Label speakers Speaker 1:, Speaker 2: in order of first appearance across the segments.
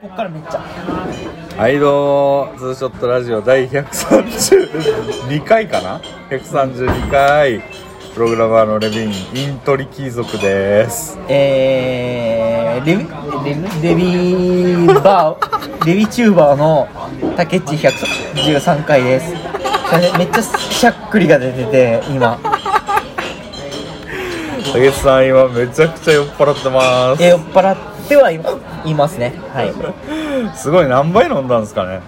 Speaker 1: こっからめっちゃ
Speaker 2: はいどうもツーショットラジオ第132回かな132回プログラマーのレビンイントリ貴族です
Speaker 1: えー、レビレビレビバーレビチューバーのたけち113回ですめっちゃしゃっくりが出てて今
Speaker 2: 竹内さん今めちゃくちゃ酔っ払ってま
Speaker 1: え酔っ払ってはいまいますねはい
Speaker 2: すすごい何杯飲んだんですかね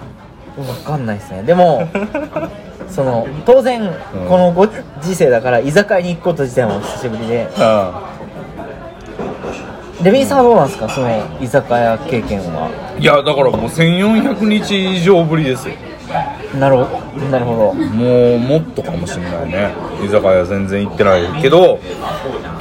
Speaker 1: 分かんないですねでもその当然
Speaker 2: うん
Speaker 1: このご時世だから居酒屋に行くこと自体も久しぶりで
Speaker 2: う
Speaker 1: レビンさんはどうなんですかその居酒屋経験は
Speaker 2: んいやだからもう1400日以上ぶりですよ
Speaker 1: なるほどなるほ
Speaker 2: もうもっとかもしれないね居酒屋全然行ってないけど今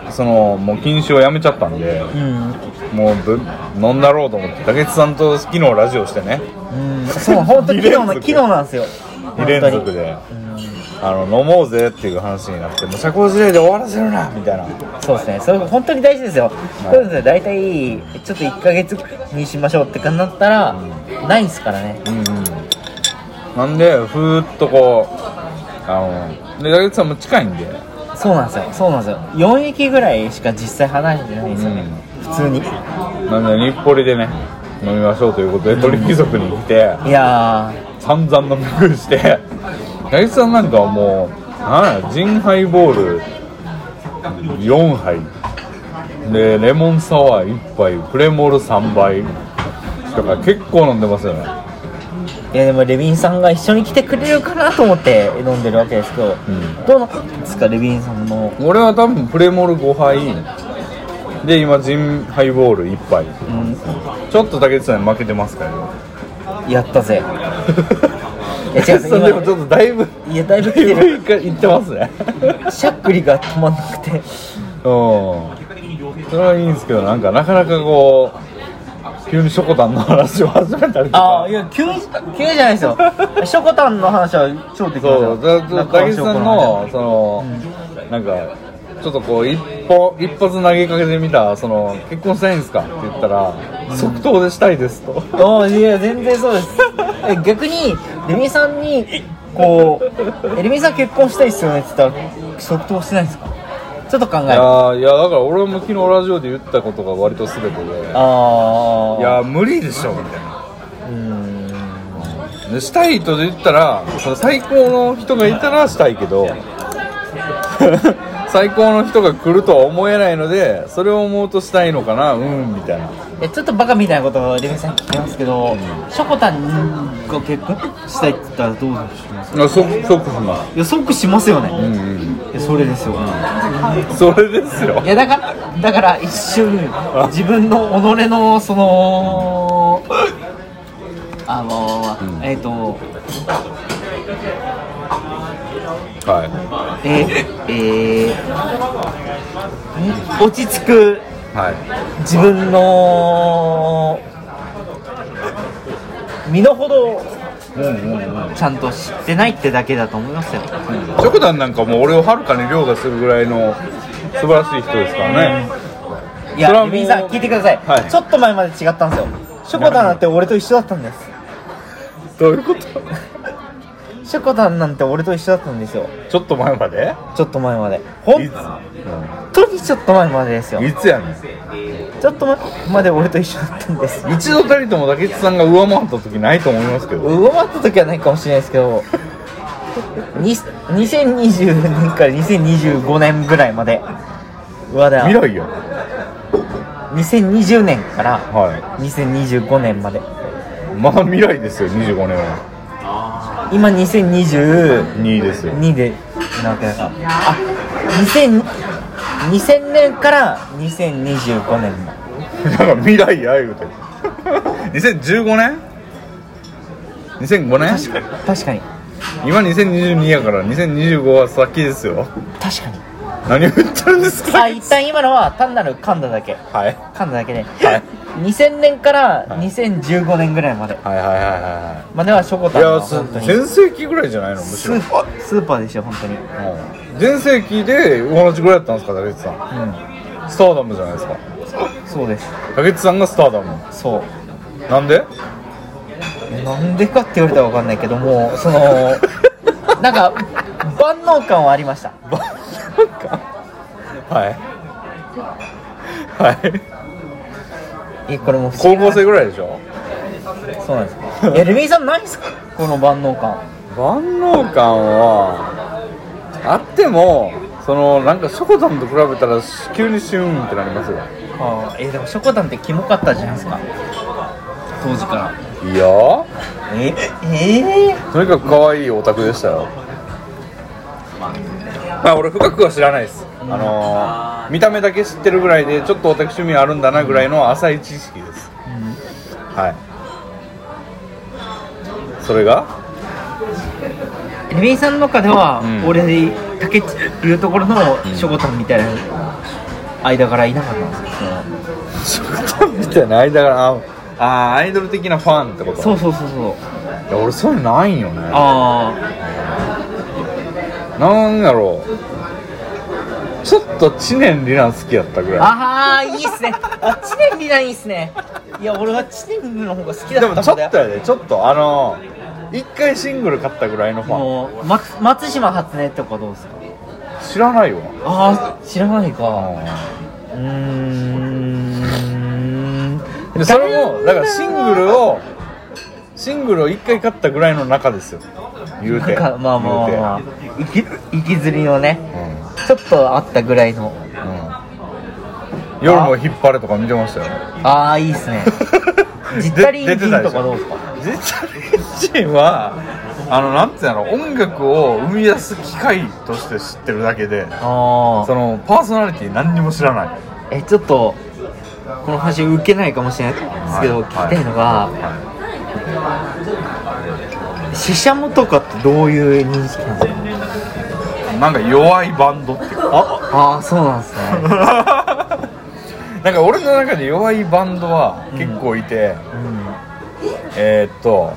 Speaker 2: 日そのもう禁酒をやめちゃったんで
Speaker 1: どうん
Speaker 2: もうぶ飲んだろうと思って竹内さんと昨日ラジオしてね
Speaker 1: うんそう本当
Speaker 2: 二
Speaker 1: 昨日
Speaker 2: 連続
Speaker 1: の昨日なんですよ
Speaker 2: 2連続であの飲もうぜっていう話になってもう社交辞令で終わらせるなみたいな
Speaker 1: そうですねそれ本当に大事ですよ、そうですね大体ちょっと1ヶ月にしましょうってかなったら、ないですからね
Speaker 2: うんうんなんでふーっとこうあので竹内さんも近いんで
Speaker 1: そうなんですよそうなんですよ4駅ぐらいしか実際離れてないんですよね、普通に
Speaker 2: なんで日暮里でね飲みましょうということで鳥貴族に来て
Speaker 1: いやー
Speaker 2: 散々飲み食いして八木さんなんかはもうなんやジンハイボール4杯でレモンサワー1杯プレモル3杯だから結構飲んでますよね
Speaker 1: いやでもレビンさんが一緒に来てくれるかなと思って飲んでるわけですけど、
Speaker 2: ん
Speaker 1: どうなんですかレビンさんの
Speaker 2: 俺は多分プレモル5杯で今ジンハイボール1杯ちょっと竹内さんに負けてますからね
Speaker 1: やった ぜいや
Speaker 2: 竹
Speaker 1: 違う
Speaker 2: 内さん でもちょっとだいぶ
Speaker 1: いやだいぶ来
Speaker 2: だい
Speaker 1: て
Speaker 2: ぶ
Speaker 1: る
Speaker 2: いかいってますね
Speaker 1: しゃっくりが止まんなくて
Speaker 2: うんそれはいいんですけどなんかなかなかこう急にしょこたんの話を始めたりとか
Speaker 1: ああいや急に急じゃないです よしょこたんの話は超できます
Speaker 2: そ
Speaker 1: よ
Speaker 2: うだだ
Speaker 1: 中
Speaker 2: 竹
Speaker 1: 尾
Speaker 2: 内
Speaker 1: 翔
Speaker 2: さ
Speaker 1: 子話
Speaker 2: んのその、なんかちょっとこう一歩一発投げかけてみたその結婚したいんですかって言ったら、即答でしたいですと
Speaker 1: おーいや全然そうですえ逆にレミさんにこう「えレミさん結婚したいっすよね」って言ったら即答してないんですかちょっと考え
Speaker 2: い
Speaker 1: るあ
Speaker 2: やーいやだから俺も昨日ラジオで言ったことが割と全てでい
Speaker 1: あー
Speaker 2: やー無理でしょみたいな
Speaker 1: うーん
Speaker 2: でしたいと言ったらその最高の人がいたらしたいけど 最高の人が来るとは思えないのでそれを思うとしたいのかなうんみたいな
Speaker 1: えちょっとバカみたいなことをレミさん聞きますけど、しょこたんが結婚したいって言ったらどうします
Speaker 2: あそ即不満
Speaker 1: いや即しますよね、
Speaker 2: うん
Speaker 1: い
Speaker 2: うん
Speaker 1: やそれですよ、
Speaker 2: それですよ
Speaker 1: いやだからだから一瞬自分の己のそのあの、
Speaker 2: うん
Speaker 1: えっ、ー、と
Speaker 2: は
Speaker 1: えー、えー、落ち着く
Speaker 2: いは
Speaker 1: 自分の身の程を
Speaker 2: いうんうんうん
Speaker 1: ちゃんと知ってないってだけだと思いますよ
Speaker 2: 食団なんかもう俺をはるかに凌駕するぐらいの素晴らしい人ですからね
Speaker 1: い
Speaker 2: それ
Speaker 1: や
Speaker 2: はも
Speaker 1: レ
Speaker 2: う
Speaker 1: ビンさん聞いてください、
Speaker 2: はい
Speaker 1: ちょっと前まで違ったんですよしょこたんなんて俺と一緒だったんです
Speaker 2: どういうこと
Speaker 1: しょこたんなんて俺と一緒だったんですよ
Speaker 2: ちょっと前まで
Speaker 1: ちょっと前まで本
Speaker 2: いつ、う
Speaker 1: 本当にちょっと前までですよ
Speaker 2: ん、いつやねん
Speaker 1: ちょっと前まで俺と一緒だったんです
Speaker 2: 一度たりとも竹内さんが上回った時ないと思いますけど
Speaker 1: 上回った時はないかもしれないですけどに2020年から2025年ぐらいまではだ
Speaker 2: 未来よ
Speaker 1: 2020年から
Speaker 2: は
Speaker 1: 2025年まで
Speaker 2: いまあ未来ですよ25年は
Speaker 1: 今2022
Speaker 2: 2位ですよ
Speaker 1: でなわけだからあ2000 2000年から2025年まで
Speaker 2: だから未来や言うて2015年2005年
Speaker 1: 確かに
Speaker 2: 今2022やから2025は先ですよ
Speaker 1: 確かに
Speaker 2: 何を言ってるんですか
Speaker 1: あ一旦今のは単なる噛んだだけ
Speaker 2: はい
Speaker 1: 噛んだだけで、
Speaker 2: はい
Speaker 1: 2000年から
Speaker 2: い
Speaker 1: 2015年ぐらいまで、
Speaker 2: はいはいはいは
Speaker 1: まではしょこ
Speaker 2: いい
Speaker 1: たん
Speaker 2: や
Speaker 1: が
Speaker 2: す
Speaker 1: 本当に
Speaker 2: 全盛期ぐらいじゃないのむし
Speaker 1: ス
Speaker 2: ろ
Speaker 1: ーパースーパーでしょ本当に
Speaker 2: うん全盛期で同じぐらいだったんですか竹内さんスターダムじゃないですか
Speaker 1: うんそうです
Speaker 2: 竹内さんがスターダム
Speaker 1: そう
Speaker 2: なんで
Speaker 1: なんでかって言われたらわかんないけどもうその なんか万能感はありました
Speaker 2: バカはいはい
Speaker 1: えこれもう不思
Speaker 2: 高
Speaker 1: 議な
Speaker 2: 校生ぐらいでしょ
Speaker 1: そうなんですいやレミさんないですかこの万能感
Speaker 2: 万能感はあってもそのなんかしょこたんと比べたら急にシューンってなりますよ
Speaker 1: あーえでもしょこたんってキモかったじゃないですか当時から
Speaker 2: いやー
Speaker 1: ええ
Speaker 2: とにかく可愛いオタクでしたよまあ俺深くは知らないです、あのー見た目だけ知ってるぐらいでちょっとオタク趣味あるんだなぐらいの浅い知識です、はいそれが
Speaker 1: ー、レミさんの中では、
Speaker 2: うん
Speaker 1: 俺竹内いうところのしょこたんみたいな間柄いなかったんですよ
Speaker 2: ショコタンみたいな間がああーアイドル的なファンってこと
Speaker 1: そのそうそうそうそう
Speaker 2: いや俺そういうのないんよね
Speaker 1: ああ
Speaker 2: なんやろうちょっと知念里奈好きやったぐら
Speaker 1: ああいいっすねあ知念里奈いいっすねいや俺は知念里奈の方が好き
Speaker 2: いで
Speaker 1: だっ
Speaker 2: も
Speaker 1: た
Speaker 2: ち
Speaker 1: ん
Speaker 2: ょっ
Speaker 1: だよ
Speaker 2: とやでちょっとあの一回シングル買ったぐらいのファン
Speaker 1: もう松松島初音とかどうですか
Speaker 2: 知らないわ
Speaker 1: ああ知らないか
Speaker 2: う
Speaker 1: うーん
Speaker 2: んでそれもだからシングルをシングルを一回買ったぐらいの中ですよ言う
Speaker 1: なん
Speaker 2: て
Speaker 1: かまあまあまあ
Speaker 2: 言う
Speaker 1: 行
Speaker 2: て
Speaker 1: き行きずりのね
Speaker 2: うんうん
Speaker 1: ちょっとあったぐらいの
Speaker 2: 夜も引っ張れとか見てましたよ
Speaker 1: ああいいっすねジッタリンジンとかどうですか
Speaker 2: ジッタリンジンはあのなんていうの音楽を生み出す機械として知ってるだけで
Speaker 1: あ
Speaker 2: そ
Speaker 1: あ
Speaker 2: のパーソナリティ何にも知らない
Speaker 1: えちょっとこの話受けないかもしれないですけど、
Speaker 2: はい
Speaker 1: 聞きたいのが
Speaker 2: は
Speaker 1: シシャモとかってどういう認識なんですか
Speaker 2: いなんか弱いバンドっていうか
Speaker 1: ああそうなんですね
Speaker 2: なんか俺の中で弱いバンドは結構いて、
Speaker 1: うん
Speaker 2: えー、っと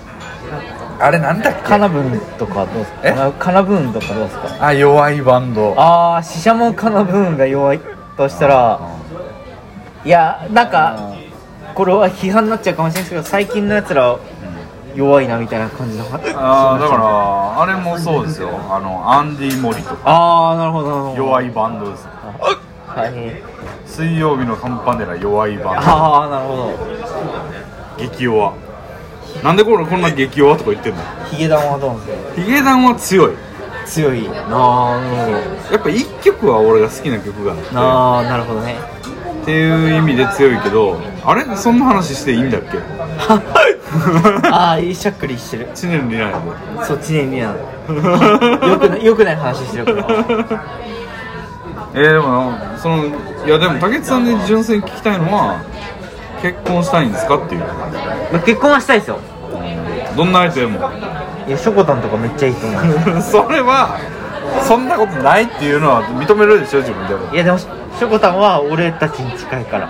Speaker 2: あれなんだっ
Speaker 1: カ
Speaker 2: け
Speaker 1: ナブンとかどうです
Speaker 2: え
Speaker 1: かカナブンとかどうですか
Speaker 2: あ弱いバンド
Speaker 1: ああシシャモカナブンが弱いとしたらいやなんかこれは批判になっちゃうかもしれないですけど最近のやつら弱いなみたいな感じの
Speaker 2: あーだからあれもそうですよあのアンディ・モリとか
Speaker 1: ああなるほどなるほど
Speaker 2: 弱
Speaker 1: い
Speaker 2: いバンドです
Speaker 1: はい
Speaker 2: 水曜日のカンパネラ弱いバン
Speaker 1: ああなるほ
Speaker 2: ド激弱なんでこれこんな激弱とか言ってんの
Speaker 1: どヒゲダンはどうなんですか
Speaker 2: ヒゲダンは強い
Speaker 1: 強いああなるほ
Speaker 2: やっぱ一曲は俺が好きな曲があって
Speaker 1: どああなるほ どね
Speaker 2: っていう意味で強いけどあれそんな話していいんだっけ
Speaker 1: ああいいしゃっくりしてる
Speaker 2: 知念里 奈や
Speaker 1: そっちで見なの
Speaker 2: で
Speaker 1: よくないよくない話してるから
Speaker 2: えー、でもそのいやでも竹内さんで純粋に聞きたいのは結婚したいんですかっていう
Speaker 1: まあ結婚はしたいですよ
Speaker 2: どんな相手でも
Speaker 1: いやしょこたんとかめっちゃいいと思う
Speaker 2: それはそんなことないっていうのは認めるでしょ自分でも
Speaker 1: いやでもしょこたんは俺たちに近いから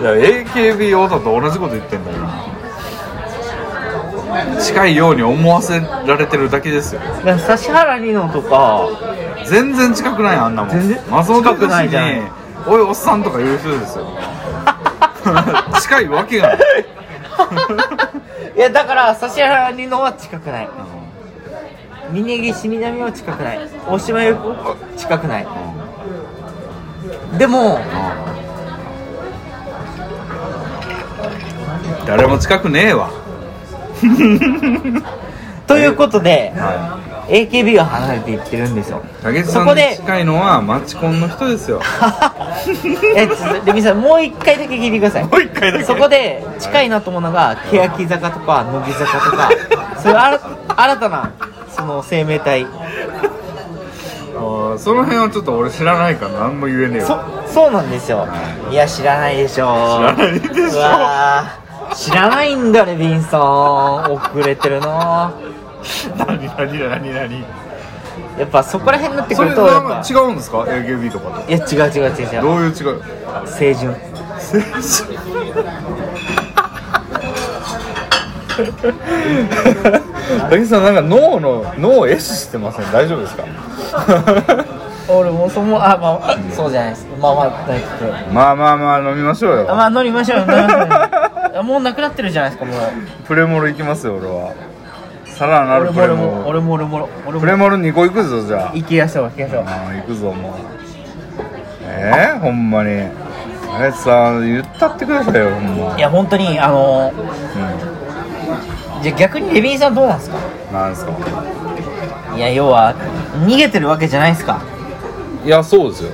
Speaker 2: いや AKB オタと同じこと言ってんだから近いように思わせられてるだけですよ
Speaker 1: だから指原莉乃とか
Speaker 2: 全然近くないあんなもん
Speaker 1: 全然
Speaker 2: 松本
Speaker 1: 近くない
Speaker 2: 隆
Speaker 1: じゃん
Speaker 2: に「おいおっさん」とか言う人ですよ 近いわけがない
Speaker 1: いやだから指原莉乃は近くない峯岸みなみは近くない大島優子は近くないでも
Speaker 2: 誰も近くねえわ
Speaker 1: ということで
Speaker 2: は
Speaker 1: AKB が離れていってるんですよ
Speaker 2: い竹内
Speaker 1: そ
Speaker 2: さ
Speaker 1: こ
Speaker 2: んに
Speaker 1: で
Speaker 2: 近いのはマチコンの人です よ
Speaker 1: えちょっとレミさんもう一回だけ聞いてください
Speaker 2: もう一回だけ
Speaker 1: そこで近いなと思うのが欅坂とか乃木坂 とかそういう新新たなその生命体
Speaker 2: その辺はちょっと俺知らないから何も言えねえ
Speaker 1: そ
Speaker 2: わ
Speaker 1: そうなんですよいや知らないでしょ
Speaker 2: 知らないでしょ
Speaker 1: うわー知らないんだレビンさん遅れてるな
Speaker 2: 何何何何
Speaker 1: やっぱそこら辺になってく
Speaker 2: そ
Speaker 1: る
Speaker 2: れ
Speaker 1: とやっぱ
Speaker 2: は違うんですか AKB とか
Speaker 1: いや違う違う違
Speaker 2: と
Speaker 1: う違う
Speaker 2: どういう違う
Speaker 1: 清純
Speaker 2: 竹内さんなんか脳の脳を壊死してません大丈夫ですか
Speaker 1: 俺もうそもあまああそうじゃないですまあまあ大丈夫
Speaker 2: まあまあまあ飲みましょうよ、
Speaker 1: あまあ乗りましょう乗りましょう もうなくなってるじゃないですかもう
Speaker 2: プレモル行きますよ俺はさらな
Speaker 1: 俺
Speaker 2: るプ
Speaker 1: も俺
Speaker 2: レモ
Speaker 1: も
Speaker 2: ル
Speaker 1: 俺も俺も俺
Speaker 2: プレ
Speaker 1: も
Speaker 2: モル2個行くぞじゃあ
Speaker 1: 行きましょう行きましょう
Speaker 2: あー行くぞもうえー、ほんまにあいつさん言ったってくださいよほんま
Speaker 1: いや本当にあのじゃあ逆にレビンさんどうなんですか
Speaker 2: うん、なんですか
Speaker 1: いや要は逃げてるわけじゃないですか
Speaker 2: いやそうですよ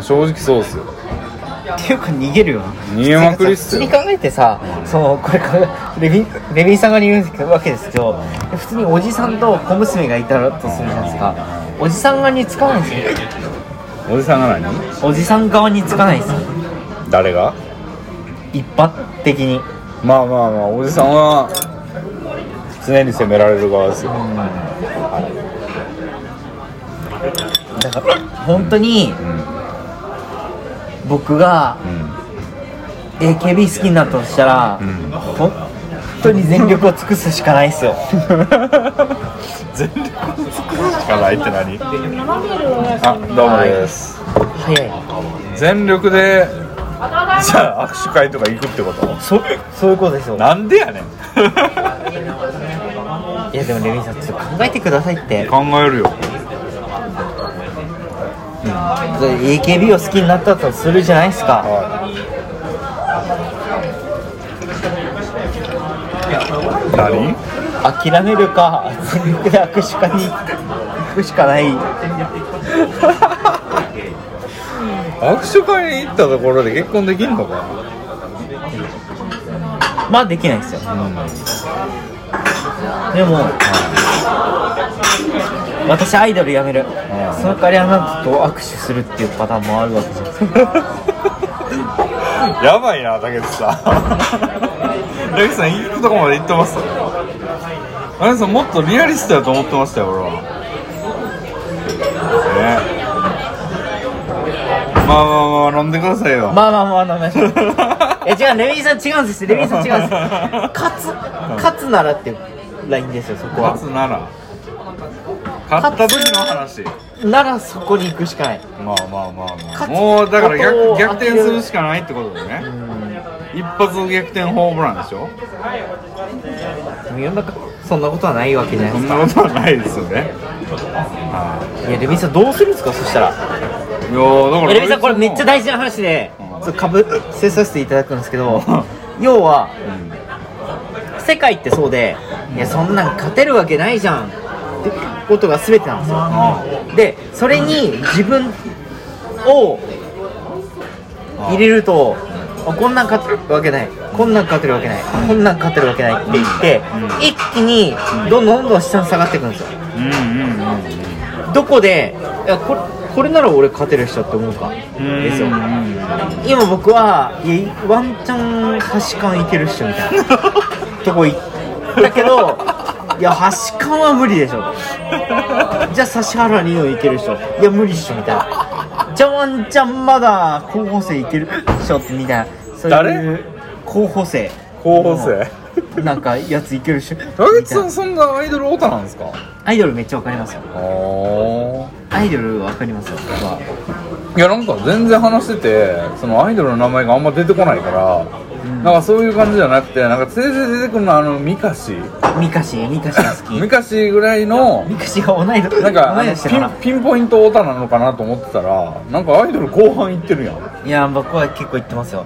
Speaker 2: 正直そうですよ
Speaker 1: っていうか逃げるよな
Speaker 2: 逃げまくりっすよ
Speaker 1: 普通に考えてさそのこれからレビンレビンさんが言うわけですけど普通におじさんと小娘がいたらとするじゃないですかおじさん側につかないんですよ
Speaker 2: おじさんが何
Speaker 1: おじさん側につかないですよ
Speaker 2: 誰が
Speaker 1: 一般的に
Speaker 2: まあまあまあおじさんは常に責められる側ですよ
Speaker 1: だから本当に僕が
Speaker 2: うん
Speaker 1: AKB 好きになったとしたら、
Speaker 2: ん
Speaker 1: 本当に全力を尽くすしかないですよ
Speaker 2: 全力を尽くすしかないって何あどうもです
Speaker 1: 早い
Speaker 2: 全力でじゃあ握手会とか行くってこと
Speaker 1: そそういうことですよ
Speaker 2: なんでやねん
Speaker 1: いやでもレビンさんちょっと考えてくださいって
Speaker 2: 考えるよ
Speaker 1: で AKB を好きになったとするじゃないですか
Speaker 2: 何
Speaker 1: 諦めるか 全力で握手会に行くしかない
Speaker 2: 握手会に行ったところで結婚できんのか
Speaker 1: まあできないですよ、でも私アイドル辞める、その代わりあなたと握手するっていうパターンもあるわけじゃないですか
Speaker 2: やばいな竹内さ ん竹内さん行くとこまで行ってます竹内さんもっとリアリストやと思ってましたよ俺はねえまあまあまあ飲んでくださいよ、
Speaker 1: まあまあまあまあまあいや違うレミンさん違うんですレミンさん違うんです勝つ勝つならっていうラインですよそこは
Speaker 2: 勝つなら勝った時の話
Speaker 1: ならそこに行くしかない
Speaker 2: まあまあまあまあ
Speaker 1: 勝つ
Speaker 2: もうだか
Speaker 1: こと
Speaker 2: ら逆
Speaker 1: を
Speaker 2: 逆転するしかないってことだよね一発逆転ホームランでしょ
Speaker 1: でも世の中そんなことはないわけじゃない
Speaker 2: そ
Speaker 1: で
Speaker 2: ん
Speaker 1: す
Speaker 2: なことはないですよね
Speaker 1: かいやレミンさんどうするんですかそしたら
Speaker 2: いやーだから
Speaker 1: レミンさんこれめっちゃ大事な話でちょっとかぶせさせていただくんですけど要は世界ってそうでいやそんなん勝てるわけないじゃんってことが全てなんですよでそれに自分を入れるとあこんなん勝てるわけないこんなん勝てるわけないこんなん勝てるわけないって言って一気にどんどんどんどん下に下がっていくんですよ
Speaker 2: うんうんうんうん
Speaker 1: どこでいやこれこれなら俺勝てる人って思うかですよ今僕はいやワンチャン端間いけるっしょみたいなとこ行ったけどいや端間は無理でしょじゃあ指原莉乃いけるっしょいや無理っしょみたいなじゃあワンチャンまだ候補生いけるっしょってみたいなそういう
Speaker 2: 誰
Speaker 1: 候補生
Speaker 2: 候補生
Speaker 1: なんかやついけるっしょ
Speaker 2: 田口
Speaker 1: みたい
Speaker 2: さ
Speaker 1: なん
Speaker 2: そんなアイドルオタなんですか
Speaker 1: アイドルめっちゃわかりますよ
Speaker 2: ああ
Speaker 1: アイドルわかりますよ僕はい
Speaker 2: やなんか全然話しててそのアイドルの名前があんま出てこないから、なんかそういう感じじゃなくてなんか先生出てくるのはあのミカシ
Speaker 1: ミカシミカシが好き
Speaker 2: ミカシぐらいの
Speaker 1: ミクシーが同い年
Speaker 2: なんか
Speaker 1: 同
Speaker 2: あ
Speaker 1: い
Speaker 2: の
Speaker 1: 年だから
Speaker 2: ピンピンポイントオタなのかなと思ってたらなんかアイドル後半行ってるやん
Speaker 1: いや僕は結構言ってますよ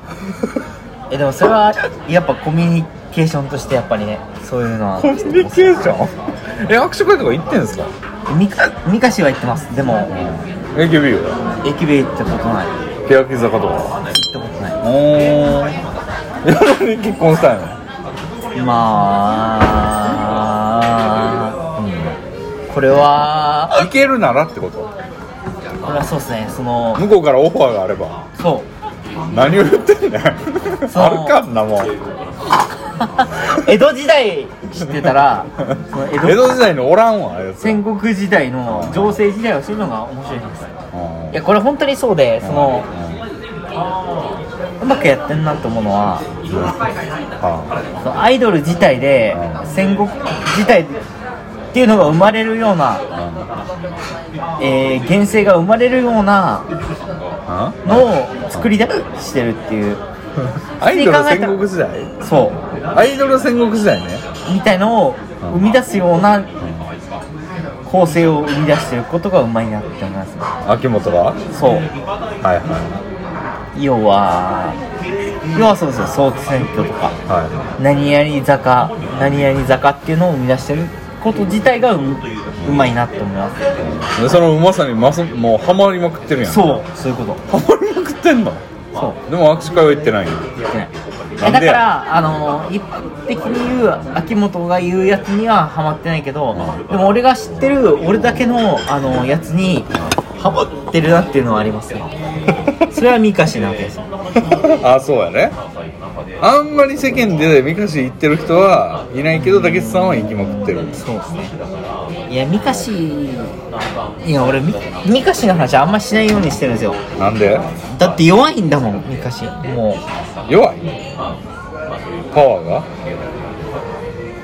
Speaker 1: えでもそれはやっぱコミュニケーションとしてやっぱりねそういうのは
Speaker 2: コミュニケーション え握手会とか行ってんすか
Speaker 1: ミカミカシーは言ってますでも
Speaker 2: AKB は
Speaker 1: 駅弁行ったことない行
Speaker 2: 欅坂とか
Speaker 1: ったことな
Speaker 2: おおなに結婚したんや
Speaker 1: いまあ、うん、これは
Speaker 2: ろ行けるならってこと
Speaker 1: これはそうですねその
Speaker 2: 向こうからオファーがあれば
Speaker 1: そう
Speaker 2: 何を言ってんねんある
Speaker 1: そう
Speaker 2: かんなもん
Speaker 1: 江戸時代知ってたらその
Speaker 2: 江戸時代におらんわあやつ
Speaker 1: 戦国時代の情勢時代を知るのが面白いです
Speaker 2: うん
Speaker 1: いやこれ本当にそうでそのうまくやってんなと思うのは
Speaker 2: は
Speaker 1: そのアイドル自体で
Speaker 2: うん
Speaker 1: 戦国自体ってっていうのが生まれるような、えー、原生が生まれるような
Speaker 2: あ
Speaker 1: のを作り出してるっていう
Speaker 2: アイドル戦国時代
Speaker 1: そう
Speaker 2: アイドル戦国時代ね
Speaker 1: みたいのを生み出すような構成を生み出してることがうまいなって思いま
Speaker 2: 秋元がは
Speaker 1: すそう
Speaker 2: いは
Speaker 1: 要は要はそうですよ総選挙とか
Speaker 2: いは
Speaker 1: 何々坂何々坂っていうのを生み出してること自体がううまいなって思います
Speaker 2: いでそのうまさにまさもうハマりまくってるやんう
Speaker 1: そうそういうこと
Speaker 2: ハマりまくってんの
Speaker 1: そう
Speaker 2: でも握手会は行ってないよ
Speaker 1: 言ってない
Speaker 2: な
Speaker 1: え
Speaker 2: んで
Speaker 1: だからあの一般的に言う秋元が言うやつにはハマってないけどでも俺が知ってる俺だけのあのやつにハマってるなっていうのはありますね それはミカシなわけですよ
Speaker 2: あそうやねあんまり世間でミカシ行ってる人はいないけど竹内さんは行きまくってる
Speaker 1: そうですねいやミカシいや俺ミミカシの話あんましないようにしてるんですよ
Speaker 2: なんで
Speaker 1: だって弱いんだもんミカシも
Speaker 2: 弱いパワーが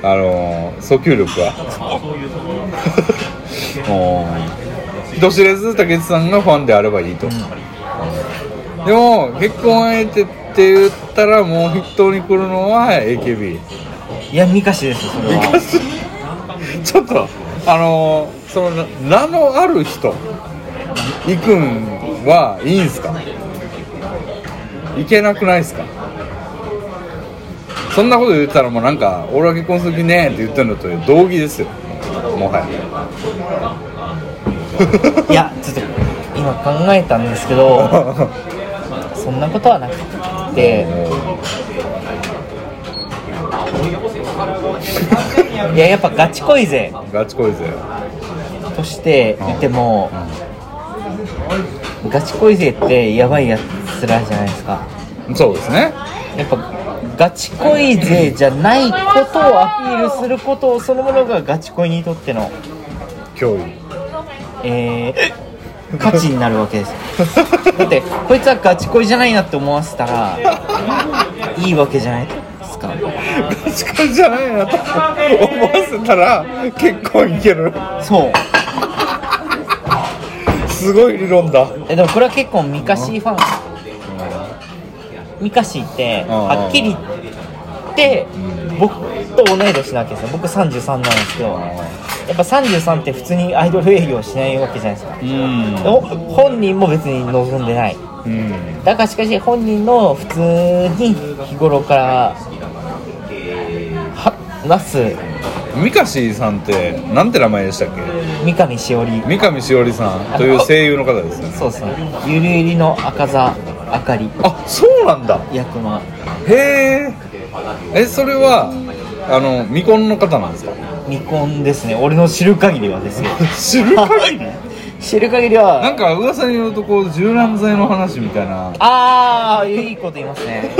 Speaker 2: あのー、訴求力が もう人知れず竹内さんがファンであればいいと、でも結婚相手って言ったらもう筆頭に来るのは AKB
Speaker 1: ういやミカシですよそれ は
Speaker 2: ちょっとあのー、その名のある人いくんはいいんすかいけなくないっすかそんなこと言ったらもうなんか「俺は結婚する気ねえ」って言ってるのと同義ですよもはや
Speaker 1: いやちょっと今考えたんですけど そんなことはなくていややっぱガチ恋勢
Speaker 2: ガチ恋勢
Speaker 1: としていてもガチ恋勢ってやばいやつらじゃないですか
Speaker 2: そうですね
Speaker 1: やっぱガチ恋勢じゃないことをアピールすることそのものがガチ恋にとっての、
Speaker 2: 脅威
Speaker 1: えー価値になるわけですよだってこいつはガチ恋じゃないなって思わせたらいいわけじゃないですか
Speaker 2: ガチ恋じゃないなと思わせたら結婚いける
Speaker 1: そう
Speaker 2: すごい理論だ
Speaker 1: えでもこれは結構ミカシーファンミカシーって
Speaker 2: んうん
Speaker 1: はっきり言って僕と同い年なわけですよ僕33なんですけどやっぱ33って普通にアイドル営業しないわけじゃないですか
Speaker 2: うん
Speaker 1: でほ本人も別に望んでない
Speaker 2: うん
Speaker 1: だからしかし本人の普通に日頃から話す
Speaker 2: 三上さんってなんて名前でしたっけ
Speaker 1: 三上しおり
Speaker 2: 三上しおりさんという声優の方ですね
Speaker 1: そうですねゆるゆりの赤座あかり
Speaker 2: あそうなんだ
Speaker 1: 役の
Speaker 2: へええそれはあの未婚の方なんですか
Speaker 1: 未婚ですね俺の知る限りはですよ
Speaker 2: 知る限り
Speaker 1: 知る限りは
Speaker 2: なんか噂によるとこう柔軟剤の話みたいな
Speaker 1: ああいいこと言いますね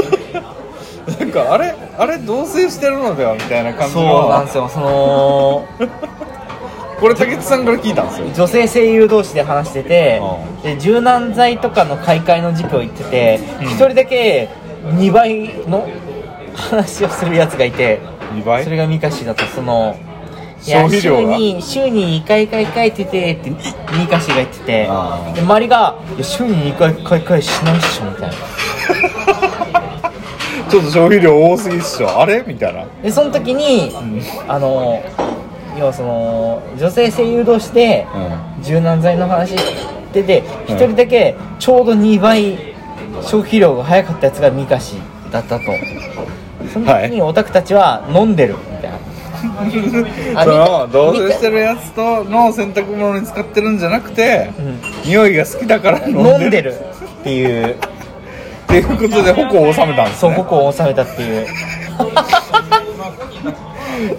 Speaker 2: なんかあれあれ同棲してるのではみたいな感じ
Speaker 1: そうなんで
Speaker 2: の
Speaker 1: すよその
Speaker 2: これ竹内さんから聞いたんですよ
Speaker 1: 女性声優同士で話してて
Speaker 2: う
Speaker 1: で柔軟剤とかの買い替えの時期を言ってて一、人だけ2倍の話をするやつがいて
Speaker 2: 2倍
Speaker 1: それがミカシだとそのい
Speaker 2: 消
Speaker 1: や
Speaker 2: 費
Speaker 1: 週
Speaker 2: 量が
Speaker 1: に週に2回買い替えててってミカシが言ってて
Speaker 2: あー
Speaker 1: で周りが「いや週に2回買い替えしないっしょ」みたいな
Speaker 2: ちょっと消費量多すぎっしょあれみたいな
Speaker 1: でその時に、あの要はその女性声優同士で
Speaker 2: うん
Speaker 1: 柔軟剤の話してて一、人だけちょうど2倍消費量が早かったやつがミカシだったとその時にオタクたちは飲んでるみたいな、あ
Speaker 2: そ
Speaker 1: 見た
Speaker 2: の同棲してるやつとの洗濯物に使ってるんじゃなくて、
Speaker 1: ん
Speaker 2: 匂いが好きだから飲んでる
Speaker 1: 飲んでるっていう
Speaker 2: っていうことで矛を収めたんです
Speaker 1: 祖
Speaker 2: ね
Speaker 1: 国を治めたっていう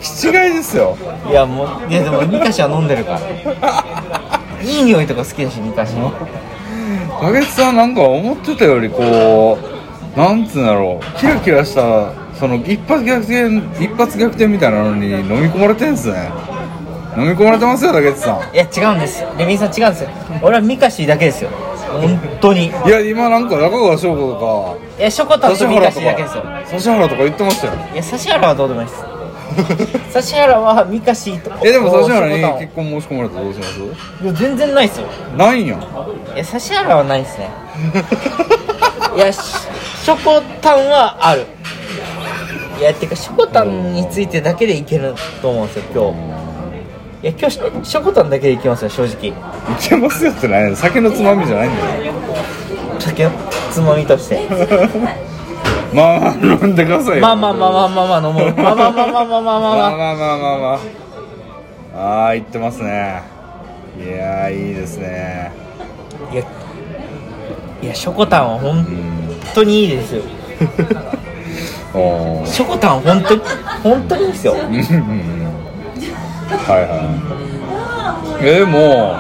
Speaker 2: 気違いですよ
Speaker 1: いやもういやでもミカシは飲んでるからいい匂いとか好きだしミカシも
Speaker 2: 影月さんなんか思ってたよりこうなんつうんだろうキラキラしたその一発逆転一発逆転みたいなのに飲み込まれてんすね飲み込まれてますよ竹内さん
Speaker 1: いや違うんですレミンさん違うんですよ俺はミカシだけですよ本当にい
Speaker 2: いや今なんか中川翔子と
Speaker 1: やショコ
Speaker 2: か
Speaker 1: タンとミカシだけですよ
Speaker 2: 指原とか言ってましたよ
Speaker 1: いや指原はどうでもいいです指原はミカシーと
Speaker 2: えでも指原に
Speaker 1: い
Speaker 2: 結婚申し込まれたらどうします
Speaker 1: や全然ないっすよ
Speaker 2: ないんや
Speaker 1: いや指原はないっす ねいやしショコタンはあるいやてかショコタンについてだけでいけると思うんですよ今日いや今日ショコタンだけでいけますよ正直
Speaker 2: いけますよってないの酒のつまみじゃないんだよ
Speaker 1: 酒のつまみとして
Speaker 2: まあまあ飲んでくださいよ
Speaker 1: まあまあまあまあまあまあ飲 もうまあまあまあまあまあまあまあまあ
Speaker 2: まあまあまあまあまあああー言ってますねいやーいいですね
Speaker 1: いやいやショコタンは
Speaker 2: う
Speaker 1: 本
Speaker 2: ん
Speaker 1: 当にいいですよ
Speaker 2: おー
Speaker 1: ショコタン本当に本当にいいですよ
Speaker 2: うんはいはいえでも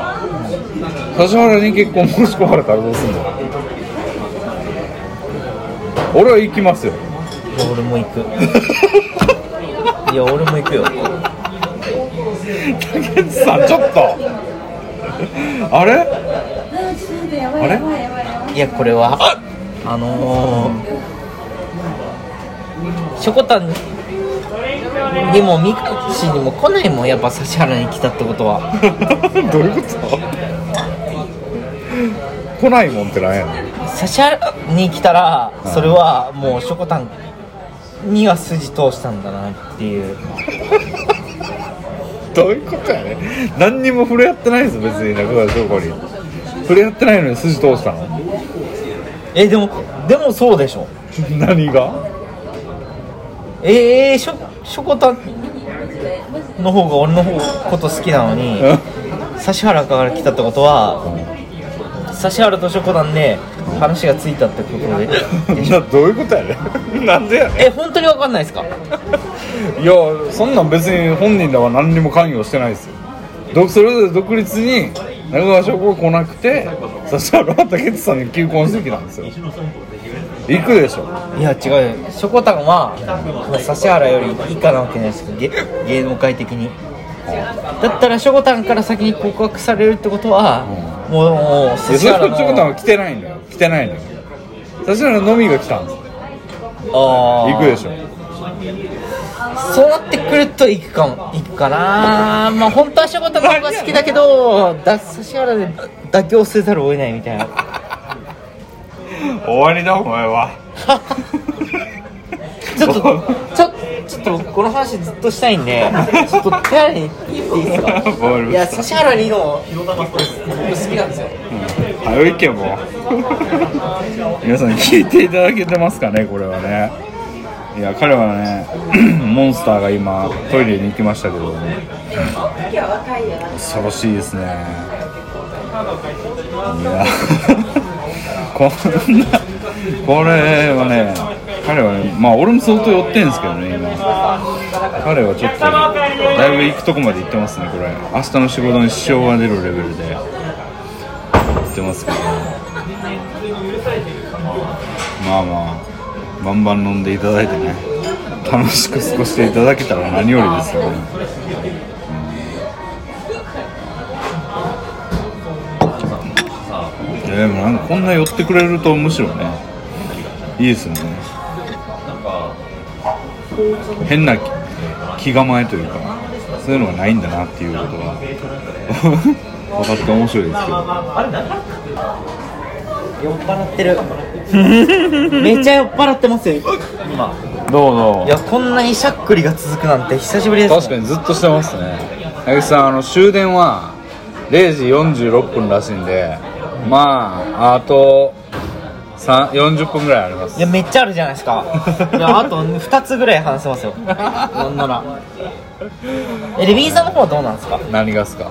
Speaker 2: 指原に結婚申し込まれたらどうすんの俺は行きますよ
Speaker 1: いや俺も行 くいや俺も行くよ
Speaker 2: 竹内さんちょっとあれ あれ
Speaker 1: いやこれはあのー、ショコタンにもミカシにも来ないもんやっぱ指原に来たってこと は
Speaker 2: どういうこと来ないもんってなんやねん
Speaker 1: 指原に来たらそれはもうショコタンには筋通したんだなっていう
Speaker 2: どういうことやね何にも触れ合ってないですよ別に中川翔子に触れ合ってないのに筋通したの
Speaker 1: えでもでもそうでしょ
Speaker 2: 何が
Speaker 1: えー、しょしょこたんの方が俺の方こと好きなのに指原から来たってことは指原としょこたんで話がついたってことで
Speaker 2: などういうことやねんなんでやね
Speaker 1: え本当に分かんないですか
Speaker 2: んいやそんなん別に本人らは何にも関与してないですよどそれぞれ独立に中川翔子が来なくてそしたら竹内さんに求婚してきたんですよ行くでしょ
Speaker 1: いや違うよしょこたんは指原より以下なわけじゃないですか芸芸能界的にだったらしょこたんから先に告白されるってことはもうもう
Speaker 2: いや
Speaker 1: 指
Speaker 2: それ
Speaker 1: 原
Speaker 2: は
Speaker 1: の
Speaker 2: チョコタンは来てないのよ来てないのよ指原のみが来たんですよ
Speaker 1: あー
Speaker 2: 行くでしょ
Speaker 1: そうなってくると行くかも行くかなまあ本当はショコタンの方が好きだけどだ指原で妥協せざるを得ないみたいな
Speaker 2: 終わりだお前は
Speaker 1: ちょっとちょちょっと僕この話ずっとしたいんでちょっと手洗いに行っていいですか
Speaker 2: 終わり
Speaker 1: い
Speaker 2: ま
Speaker 1: や
Speaker 2: し
Speaker 1: 指原莉乃僕好きなんですよ
Speaker 2: た早いけもう 皆さん聞いていただけてますかねこれはねいや彼はね モンスターが今トイレに行きましたけどね恐ろしいですねいや こんなこれはね彼はねまあ俺も相当寄ってんですけどね今彼はちょっとだいぶ行くとこまで行ってますねこれ明日の仕事に支障が出るレベルで行ってますけどまあまあバンバン飲んでいただいてね楽しく過ごしていただけたら何よりですよねいやでもなんかこんな寄ってくれるとむしろねいいですよね変な気気構えというかそういうのがないんだなっていうことは 分かって面白いですけど
Speaker 1: 酔っ払ってる めちゃ酔っ払ってますよ今
Speaker 2: どうぞ
Speaker 1: いやこんなにしゃっくりが続くなんて久しぶりですね
Speaker 2: 確かにずっとしてますね八木さんあの終電は0時46分らしいんでまああとさん40分ぐらいあります
Speaker 1: いやめっちゃあるじゃないです かいやあと2つぐらい話せますよなんならえレビーさんの方はどうなんですか
Speaker 2: 何がっすか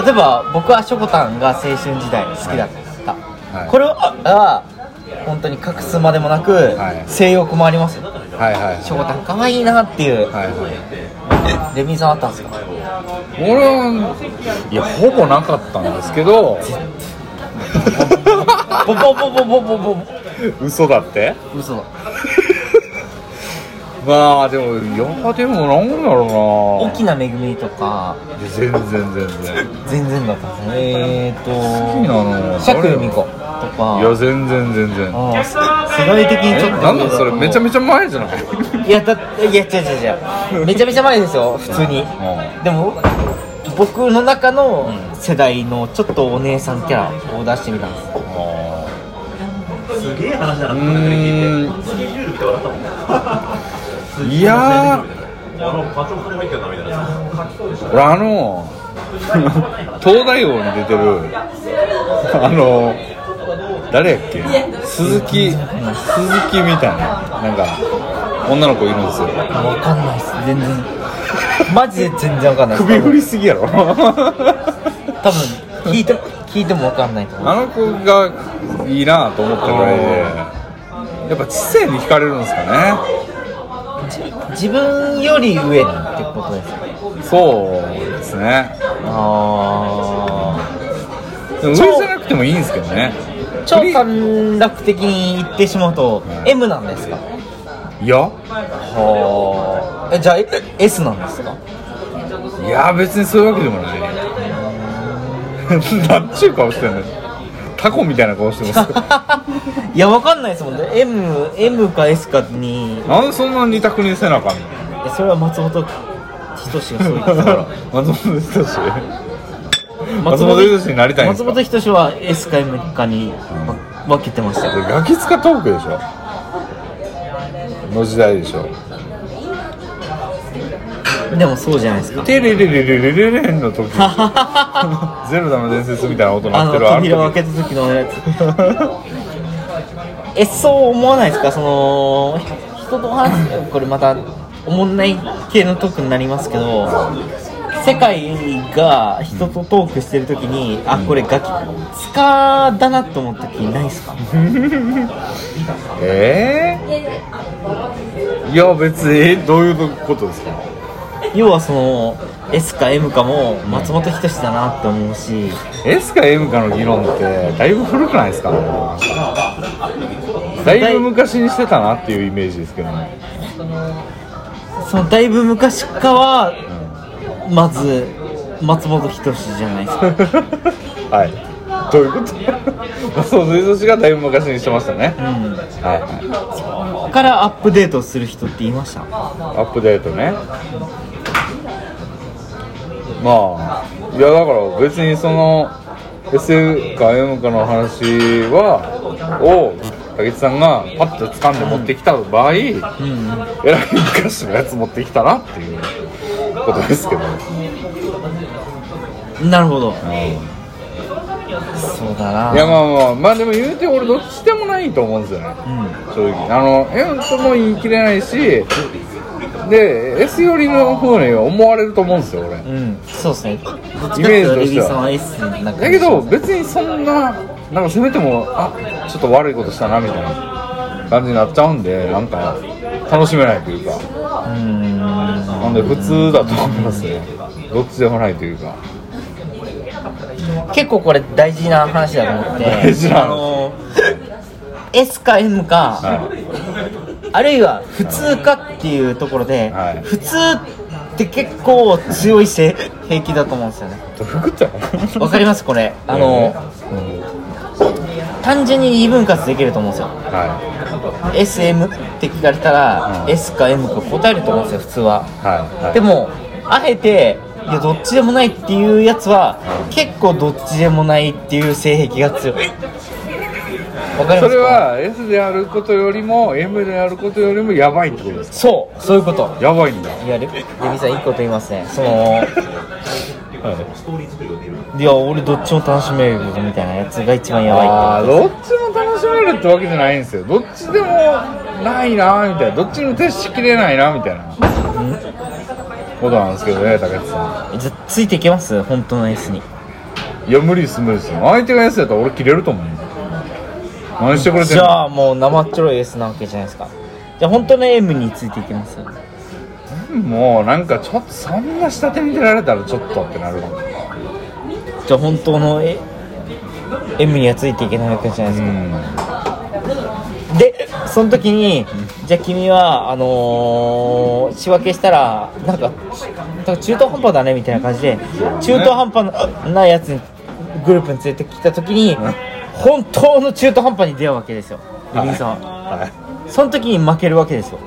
Speaker 1: 例えば僕はしょこたんが青春時代好きだった、
Speaker 2: い
Speaker 1: これは本当に隠すまでもなく、
Speaker 2: はい
Speaker 1: 性欲もありますよ
Speaker 2: はいはい
Speaker 1: しょこたんかわいいなっていう、
Speaker 2: はいはい
Speaker 1: レビーさんあったんですか
Speaker 2: 俺はいやほぼなかったんですけど
Speaker 1: ボボボボボボボボ
Speaker 2: 嘘だって
Speaker 1: 嘘だ
Speaker 2: まあでもいやでもなんだろ
Speaker 1: 大きな恵みとか
Speaker 2: うないや全然全然
Speaker 1: 全然だったんですねえーと
Speaker 2: 好きなの
Speaker 1: 釈由美子とっぱ
Speaker 2: いや全然全然
Speaker 1: ああ世代的に
Speaker 2: え
Speaker 1: ちょっと
Speaker 2: なんだそれめちゃめ
Speaker 1: ち
Speaker 2: ちゃ前じゃない
Speaker 1: ゃいやだっていや違う違う違うめちゃめちゃ前ですよ普通にでも僕の中の世代のちょっとお姉さんキャラを出してみたんです
Speaker 3: すげえ話だな
Speaker 2: う
Speaker 3: こんなに聞い
Speaker 2: ー
Speaker 3: てスケジュール見て笑ったもんね
Speaker 2: んいや
Speaker 3: あの課長これもいいけどなみたいな
Speaker 2: ー俺あの東大王に出てる あの誰やっけ鈴木鈴木みたいななんか女の子いるんですよ
Speaker 1: わかんないっす全然マジで全然わかんないっす
Speaker 2: 首振りすぎや ろ
Speaker 1: 多分聞いて聞いてもわかんないと思う
Speaker 2: あの子がいいなと思ったぐらいでやっぱ知性に惹かれるんですかね
Speaker 1: 自分より上ってことですか
Speaker 2: そうですね
Speaker 1: あ
Speaker 2: でも上じゃなくてもいいんですけどね
Speaker 1: あ超短絡的に言ってしまうと M なんですか
Speaker 2: いや
Speaker 1: はあじゃあえ S なんですか
Speaker 2: いや別にそういうわけでもない なんちゅう顔してんのタコみたいな顔してます
Speaker 1: いやわかんないですもんね M, M か S かにい
Speaker 2: なんでそんな二択にせなあかんの
Speaker 1: やそれは松本人志がそう言ってたから
Speaker 2: 松本人志 松本人志になりたいんです
Speaker 1: 松
Speaker 2: か
Speaker 1: 本人志は S か M かに分けてましたよ
Speaker 2: ガキ使トークでしょの時代でしょ
Speaker 1: でもそうじゃないですか
Speaker 2: テレレレレレレレンの 時ゼルダの伝説みたいな音
Speaker 1: あ
Speaker 2: 鳴っ
Speaker 1: の
Speaker 2: てる
Speaker 1: 扉を
Speaker 2: 時
Speaker 1: 開けた時のやつ えそう思わないですかその人と話すこれまたおもんない系のトークになりますけど世界が人とトークしてる時に、あこれガキ使だなと思った時ないですか
Speaker 2: ええいや別にどういうことですか
Speaker 1: 要はその S か M かも松本人志だなって思うし
Speaker 2: S か M かの議論ってだいぶ古くないですかだいぶ昔にしてたなっていうイメージですけどね
Speaker 1: そのだいぶ昔かはまず松本人志じゃないです か
Speaker 2: はいどういうこと 松本人志がだいぶ昔にしてましたね、はいはい
Speaker 1: からアップデートする人って言いました
Speaker 2: アップデートねまあいやだから別にその S か M かの話はを武智さんがパッと掴んで持ってきた場合、えらい昔のやつ持ってきたなっていうことですけど、
Speaker 1: なるほどそうだ
Speaker 2: い
Speaker 1: な
Speaker 2: やまあまあまあでも言うて俺どっちでもないと思うんですよね、正直あの M とも言い切れないしで S よりの方に思われると思うんですよ俺、
Speaker 1: うんそうですねどっちかって
Speaker 2: イメ
Speaker 1: いう
Speaker 2: ージ
Speaker 1: と
Speaker 2: と
Speaker 1: レ
Speaker 2: し
Speaker 1: ビ
Speaker 2: て
Speaker 1: ーさん
Speaker 2: は
Speaker 1: は S なんか
Speaker 2: だけど別にそんななんかせめてもあちょっと悪いことしたなみたいな感じになっちゃうんでなんか楽しめないというか
Speaker 1: うん
Speaker 2: なんで普通だと思いますねどっちでもないというか
Speaker 1: 結構これ大事な話だと思って
Speaker 2: 大事な
Speaker 1: あの S か M か、
Speaker 2: はい
Speaker 1: あるいは普通かっていうところで、
Speaker 2: はい
Speaker 1: 普通って結構強い性平気だと思うんですよね
Speaker 2: どういうことや
Speaker 1: わかりますこれ あの、単純に二分割できると思うんですよ
Speaker 2: は
Speaker 1: SM って聞かれたら、
Speaker 2: うん
Speaker 1: S か M か答えると思うんですよ普通は、
Speaker 2: いはいはい
Speaker 1: でもあえていやどっちでもないっていうやつは、結構どっちでもないっていう性癖が強いわかりますか
Speaker 2: それは S であることよりも M であることよりもやばいってことですか
Speaker 1: そうそういうこと
Speaker 2: やばいんだ
Speaker 1: いやレレビさんいいこと言いますねその
Speaker 3: ストーリー作りが出る
Speaker 1: いや俺どっちも楽しめるみたいなやつが一番やば
Speaker 2: あ
Speaker 1: い
Speaker 2: ー
Speaker 1: って
Speaker 2: どっちも楽しめるってわけじゃないんですよどっちでもないなみたいなどっちにも徹しきれないなみたいなことなんですけどね竹内さ
Speaker 1: ことじゃあついていけます本当の S に
Speaker 2: んいや無理です無理です相手が S やったら俺切れると思うよ何してくれて
Speaker 1: じ
Speaker 2: んの
Speaker 1: ゃあもう生っちょろい S なわけじゃないですかじゃあ本当の M についていけます
Speaker 2: もうなんかちょっとそんな下手に出られたらちょっとってなるかも
Speaker 1: じゃあ本当の、え M にはついていけないわけじゃないうです
Speaker 2: ん
Speaker 1: か、でその時にじゃあ君はあのー仕分けしたらなんかなんか中途半端だねみたいな感じで中途半端ななやつにグループに連れてきた時に本当の中途半端に出会うわけですよレビンさんは
Speaker 2: はい
Speaker 1: その時に負けるわけです よ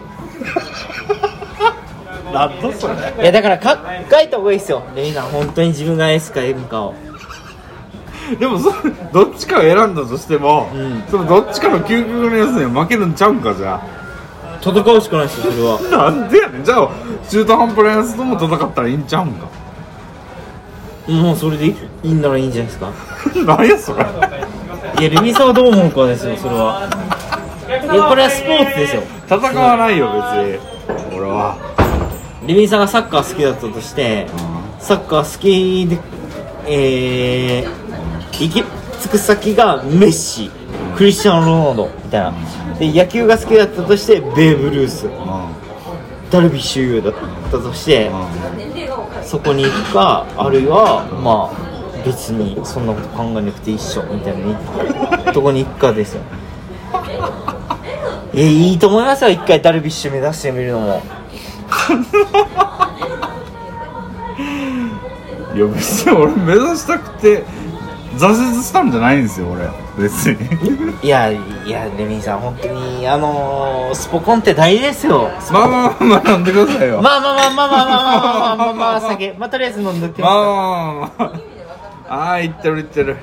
Speaker 2: なんだそれ
Speaker 1: いやだからか書いた方がいいですよレビンさん本当に自分が S か M かを
Speaker 2: でもそどっちかを選んだとしても、
Speaker 1: うん
Speaker 2: そのどっちかの究極のやつには負けるんちゃうんかじゃ
Speaker 1: 戦うしかないですよそれは
Speaker 2: あなんでやねんじゃあ中途半端なやつとも戦ったらいいんちゃうんか
Speaker 1: もうそれでいいいいんならいいんじゃないですか
Speaker 2: なんやそれ
Speaker 1: いやレミさんはどう思うかですよそれはいやこれはスポーツですよ
Speaker 2: 戦わないよ別に俺は
Speaker 1: レミさんがサッカー好きだったとしてサッカー好きでえー、行き着く先がメッシクリスチャン・ロナウドみたいなで野球が好きだったとしてベーブ・ルースダルビッシュ有だったとしてそこに行くかあるいはまあ別にそんなこと考えなくて一緒みたいなとこに行くかですよえいいと思いますよ一回ダルビッシュ目指してみるのも
Speaker 2: いや別に 俺目指したくて挫折したんじゃないんですよ俺別に
Speaker 1: いやいやレミさん本当にあのー、スポコンって大事ですよ
Speaker 2: まあまあまあ学んでくださいよ
Speaker 1: まあまあまあまあまあまあまあまあまあまあ酒まあとりあえず飲んでって
Speaker 2: ま
Speaker 1: ま
Speaker 2: あまあまあまああーいってるいってる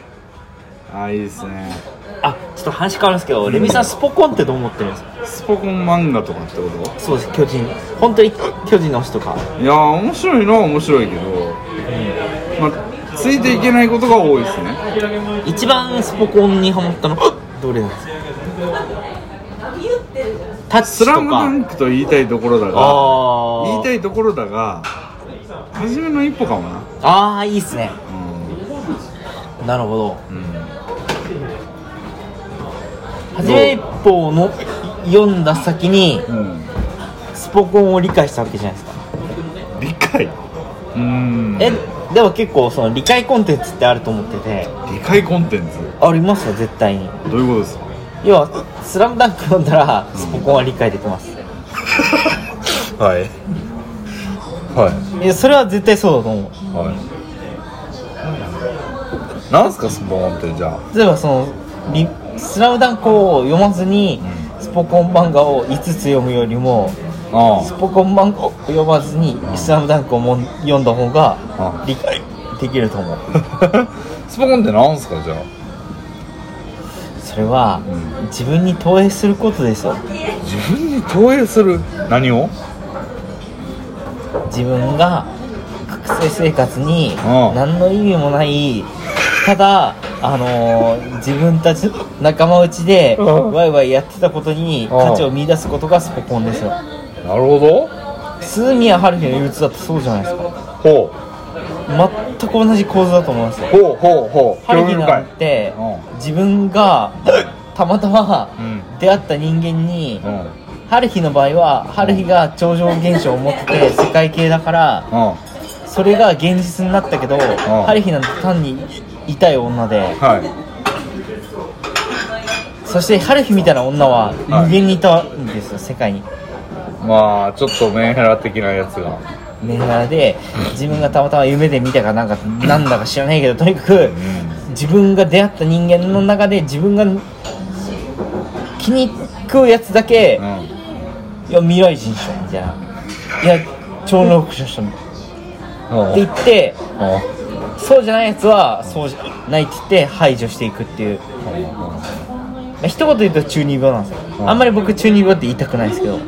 Speaker 2: ああいいですね
Speaker 1: すあちょっと話変わるんですけどレミさんスポコンってどう思ってるんですか
Speaker 2: スポコン漫画とかってこと
Speaker 1: そうです巨人本当に巨人の推しとか
Speaker 2: いやー面白いのは面白いけど、まあ、ついていけないことが多いですね
Speaker 1: 一番スポコンにハマったのどれなんですかタッ
Speaker 2: 「
Speaker 1: チ
Speaker 2: ス
Speaker 1: と
Speaker 2: ラムダン
Speaker 1: か
Speaker 2: クと言いたいところだが
Speaker 1: あ
Speaker 2: 言いた
Speaker 1: ー
Speaker 2: いところだが初めの一歩かもな
Speaker 1: あーいいっすね
Speaker 2: うん
Speaker 1: なるほど
Speaker 2: うん
Speaker 1: 初め一歩の読んだ先に
Speaker 2: うん
Speaker 1: スポコンを理解したわけじゃないですか
Speaker 2: 理解うん
Speaker 1: えでも結構その理解コンテンツってあると思ってて
Speaker 2: 理解コンテンツ
Speaker 1: ありますよ絶対に
Speaker 2: どういうことですか
Speaker 1: 要は「スラムダンク読んだらスポコンは理解できます
Speaker 2: はいはい
Speaker 1: やそれは絶対そうだと思
Speaker 2: いはいなんすかスポーンってじゃ
Speaker 1: う例えばそのリ「スラムダンクを読まずにスポコン漫画を5つ読むよりも
Speaker 2: ああ
Speaker 1: スポコン漫画を読まずに「スラムダンクをもん読んだ方が理解できると思う
Speaker 2: あ スポコンってなんすかじゃあ
Speaker 1: それは
Speaker 2: うん
Speaker 1: 自分に投影することですよ
Speaker 2: 自分に投影する何を
Speaker 1: 自分が学生生活に
Speaker 2: うん
Speaker 1: 何の意味もないただあのー自分たち仲間内で
Speaker 2: うん
Speaker 1: ワイワイやってたことに
Speaker 2: うん
Speaker 1: 価値を見出すことがスポコンですよ
Speaker 2: なるほど
Speaker 1: 鈴宮春日の憂鬱だってそうじゃないですか
Speaker 2: ほ
Speaker 1: 全く同じ構図だと思いますよ
Speaker 2: うほうほうほう
Speaker 1: 春日なんて
Speaker 2: う
Speaker 1: 自分がたまたま
Speaker 2: うん
Speaker 1: 出会った人間に
Speaker 2: うんうん
Speaker 1: 春日の場合は春日が超常現象を持ってて世界系だから
Speaker 2: は
Speaker 1: それが現実になったけど、ハリヒなんて単に痛い女で、
Speaker 2: い
Speaker 1: そしてハリヒみたいな女は
Speaker 2: はい
Speaker 1: 無限にいたんですよ、世界に。
Speaker 2: まあちょっとメンヘラ的なやつが
Speaker 1: メンヘラで、自分がたまたま夢で見たかなんか、なんだか知らないけど、とにかく、自分が出会った人間の中で自分が気に食うやつだけ、
Speaker 2: うん
Speaker 1: いや、未来人賞みたいな。いや、超能力者賞って
Speaker 2: う
Speaker 1: 言
Speaker 2: ん
Speaker 1: って、
Speaker 2: うん
Speaker 1: そうじゃないやつは、そうじゃないって言って排除していくっていう。まあ、一言で言うと中二病なんです
Speaker 2: うん
Speaker 1: よあんまり僕中二病って言いたくないですけど
Speaker 2: は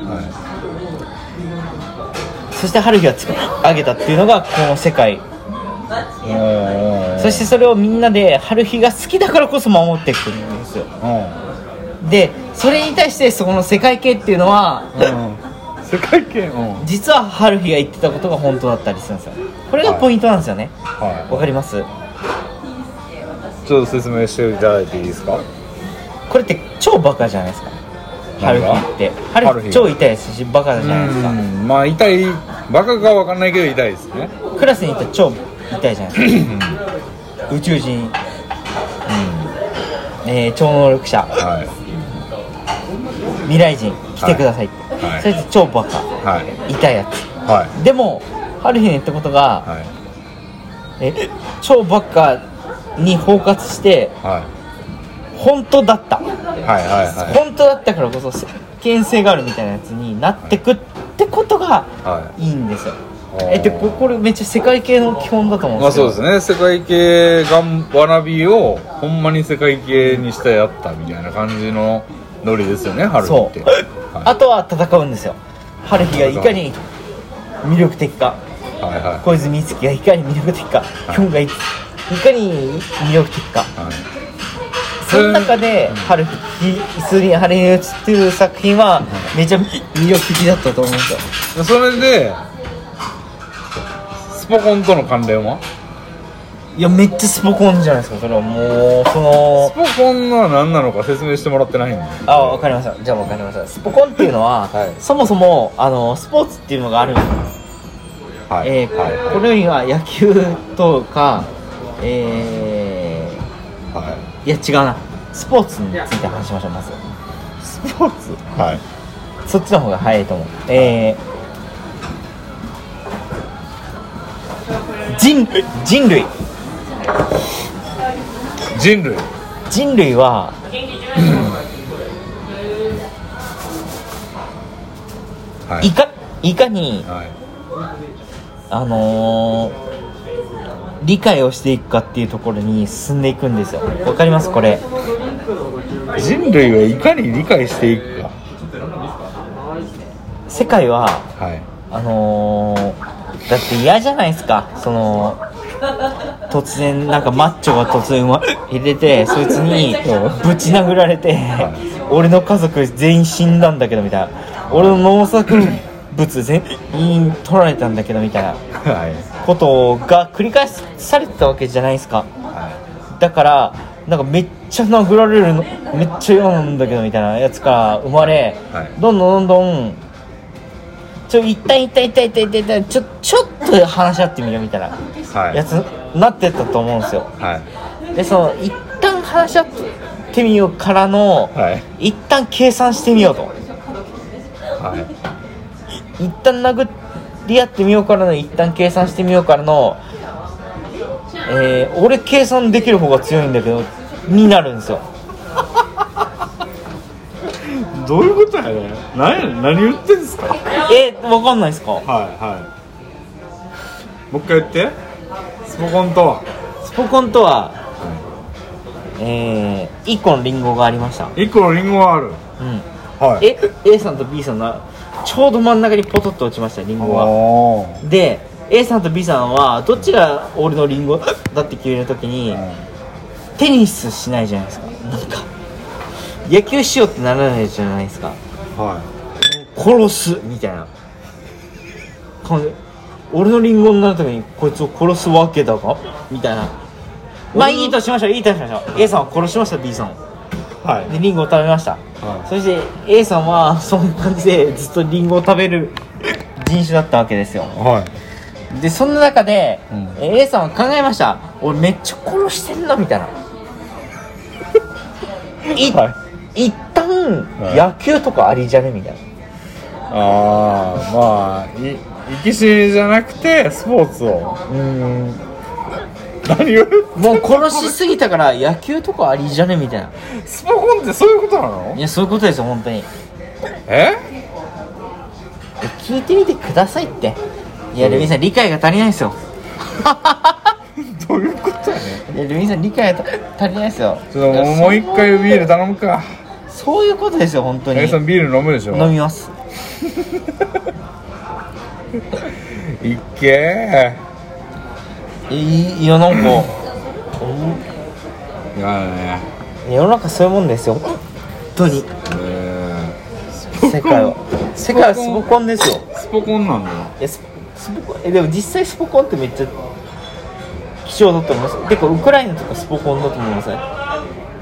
Speaker 1: そして春日が作り上げたっていうのがこの世界
Speaker 2: いうん
Speaker 1: そしてそれをみんなで春日が好きだからこそ守っていくんですよ
Speaker 2: う
Speaker 1: でそれに対してそこの世界系っていうのは
Speaker 2: んうん世界系うん
Speaker 1: 実は春日が言ってたことが本当だったりするんですよこれがポイントなんですよね
Speaker 2: は
Speaker 1: わかります
Speaker 2: いちょっと説明していただいていいですか
Speaker 1: これって超バカじゃないですか
Speaker 2: 何
Speaker 1: 春
Speaker 2: が
Speaker 1: 日って
Speaker 2: 春
Speaker 1: 春
Speaker 2: 日
Speaker 1: 日超痛いですしバカじゃないですか
Speaker 2: うんまあ痛いバカかわかんないけど痛いですね
Speaker 1: クラスに行ったら超痛いじゃないですか宇宙人、えー超能力者
Speaker 2: はい
Speaker 1: 未来人来てくださいって、
Speaker 2: はい
Speaker 1: それって超バカ
Speaker 2: はい
Speaker 1: 痛いや
Speaker 2: はい
Speaker 1: つでも春日の言ったことが、
Speaker 2: はい
Speaker 1: え超バカに包括して
Speaker 2: は
Speaker 1: 本当だった
Speaker 2: はいはいはい
Speaker 1: 本当だったからこそ世間性があるみたいなやつになってくってことが
Speaker 2: はい
Speaker 1: いんですよ、
Speaker 2: あー
Speaker 1: えでここれめっちゃ世界系の基本だと思うんで
Speaker 2: まあ
Speaker 1: すけど
Speaker 2: そうですね世界系がんわらびをほんまに世界系にしてやったみたいな感じのノリですよね春日って
Speaker 1: そうあとは戦うんですよ春日がいかに魅力的か
Speaker 2: はいはい
Speaker 1: 小泉美月がいかに魅力的かヒョンがいいかに魅力的か
Speaker 2: はい
Speaker 1: その中で「春日スリン春に打つ」っていう作品はめちゃ魅力的だったと思うんですよ
Speaker 2: でそれでスポコンとの関連はい
Speaker 1: やめっちゃスポコンじゃないですかそれはもうその
Speaker 2: スポコンのは何なのか説明してもらってないんで
Speaker 1: あわかりましたじゃあわかりましたスポコンっていうのは、
Speaker 2: はい
Speaker 1: そもそもあのスポーツっていうのがあるんですよ
Speaker 2: はい
Speaker 1: えー
Speaker 2: はい
Speaker 1: この世には野球とかえ
Speaker 2: は
Speaker 1: ー、
Speaker 2: い
Speaker 1: いや違うなスポーツについて話しましょうまず
Speaker 2: スポーツはい
Speaker 1: そっちの方が早いと思うえー、人人類
Speaker 2: 人類
Speaker 1: 人類は
Speaker 2: はい
Speaker 1: かいかに
Speaker 2: はい
Speaker 1: あのー理解をしていくかっていうところに進んでいくんですよわかりますこれ
Speaker 2: 人類はいかに理解していくか
Speaker 1: 世界は
Speaker 2: はい
Speaker 1: あのー、だって嫌じゃないですかその突然なんかマッチョが突然ま入れてそいつにぶち殴られて俺の家族全員死んだんだけどみたいな俺の農作物全員取られたんだけどみたいな
Speaker 2: はい
Speaker 1: ことが繰り返されてたわけじゃないですか
Speaker 2: は
Speaker 1: だからなんかめっちゃ殴られるのめっちゃ嫌なんだけどみたいなやつから生まれ、
Speaker 2: はい
Speaker 1: どんどんどんどんちょ一旦一旦一旦一旦一旦一旦ちょちょっと話し合ってみるみたいない
Speaker 2: はい
Speaker 1: やつになってったと思うんですよ
Speaker 2: はい
Speaker 1: でその一旦話し合ってみようからの、
Speaker 2: はい
Speaker 1: 一旦計算してみようと
Speaker 2: はい
Speaker 1: 一旦殴り合ってみようからの一旦計算してみようからのえー、俺計算できる方が強いんだけどになるんですよ
Speaker 2: どういうことやね何何言ってんすかはい
Speaker 1: えー、わかんないですか
Speaker 2: はいもう一回言ってスポコンとは
Speaker 1: スポコンとは、えー、1個のリンゴがありました、
Speaker 2: 一個のリンゴがある
Speaker 1: うん、
Speaker 2: はい
Speaker 1: え A さんと B さんのちょうど真ん中にポトッと落ちましたリンゴが
Speaker 2: おー
Speaker 1: で A さんと B さんはどっちが俺のリンゴ だって決めるときにテニスしないじゃないですかなんか野球しようってならないじゃないですか
Speaker 2: は
Speaker 1: 殺すみたいな感じ俺のリンゴになるためにこいつを殺すわけだがみたいなまあいいとしましょういいとしましょう A さんは殺しました B さんを
Speaker 2: いはい
Speaker 1: でリンゴを食べました、
Speaker 2: はい
Speaker 1: そして A さんはそんな感じでずっとリンゴを食べる人種だったわけですよ
Speaker 2: はい
Speaker 1: でそんな中で、
Speaker 2: うん
Speaker 1: えー A さんは考えました俺めっちゃ殺してんなみたい ない、
Speaker 2: は
Speaker 1: 一旦
Speaker 2: はい
Speaker 1: 野球とかありじゃねみたいな
Speaker 2: ああまあい生き死にじゃなくてスポーツを
Speaker 1: うん
Speaker 2: 何を
Speaker 1: もう殺しすぎたから野球とかありじゃねみたいな
Speaker 2: スポコンってそういうことなの
Speaker 1: いやそういうことですよ本当にえ
Speaker 2: え
Speaker 1: 聞いてみてくださいっていやレミさん理解が足りないですよ
Speaker 2: どういうことやね
Speaker 1: いやレミさん理解が足りないですよ
Speaker 2: ちょっともうもう一回ビール頼むか
Speaker 1: そういうことですよ本当に
Speaker 2: 八木さん
Speaker 1: 飲
Speaker 2: ビール飲むでしょ
Speaker 1: みます
Speaker 2: いっけ
Speaker 1: いいいやなんか
Speaker 2: ーいやね
Speaker 1: 世の中そういうもんですよ本当に
Speaker 2: え
Speaker 1: 世界は 世界はスポコンですよ
Speaker 2: ースポコンなんだ
Speaker 1: いやススポコンえでも実際スポコンってめっちゃ貴重だと思います結構ウクライナとかスポコンだと思いますね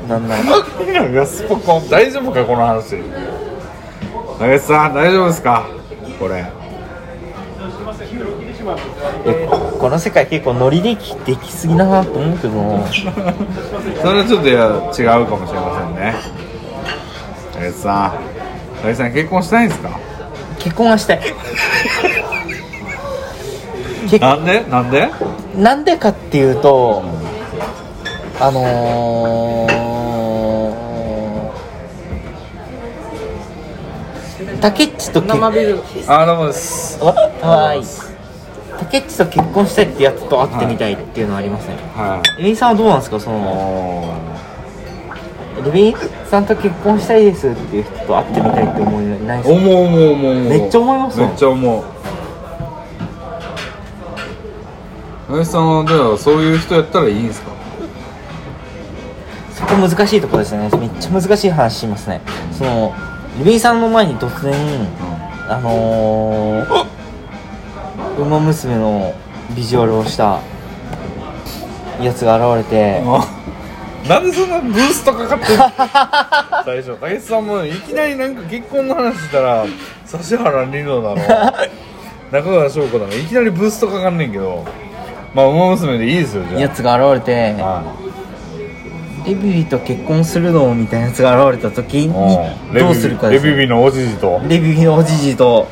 Speaker 1: なんなら
Speaker 2: 何がスポコン大丈夫かこの話八木さん大丈夫ですかこれ
Speaker 1: えこの世界結構ノリできできすぎだなと思うけど
Speaker 2: それはちょっといや違うかもしれませんね八木さん八木さん結婚したいんですか
Speaker 1: 結婚はしたい
Speaker 2: なんでなんで
Speaker 1: なんでかっていうとあのータケッチと結
Speaker 4: 生ビール
Speaker 2: あどうもです
Speaker 1: わわーいタケッチと結婚したいってやつと会ってみたいっていうのはありますね
Speaker 2: は
Speaker 1: レビンさんはどうなんですかそ
Speaker 2: い
Speaker 1: の
Speaker 2: お
Speaker 1: レビンさんと結婚したいですっていう人と会ってみたいって思いないですか
Speaker 2: 思う思う思う思う
Speaker 1: めっちゃ思いますね
Speaker 2: めっちゃ思う林さんはだからそういう人やったらいいんですか
Speaker 1: そこ難しいとこですねめっちゃ難しい話しますねそのレビンさんの前に突然あのー、ウマ娘のビジュアルをしたやつが現れて
Speaker 2: なんでそんなブーストかかってる最初武さんもいきなりなんか結婚の話したら指原莉乃 なの中川翔子なのいきなりブーストかかんねんけどまあ馬娘でいいですよじゃあ
Speaker 1: やつが現れて
Speaker 2: はい
Speaker 1: レビリと結婚するのみたいなやつが現れた時
Speaker 2: うん
Speaker 1: に
Speaker 2: レビ
Speaker 1: どうするか
Speaker 2: レ
Speaker 1: です
Speaker 2: ビ
Speaker 1: ね
Speaker 2: ビのおじじと
Speaker 1: レビリのおじじと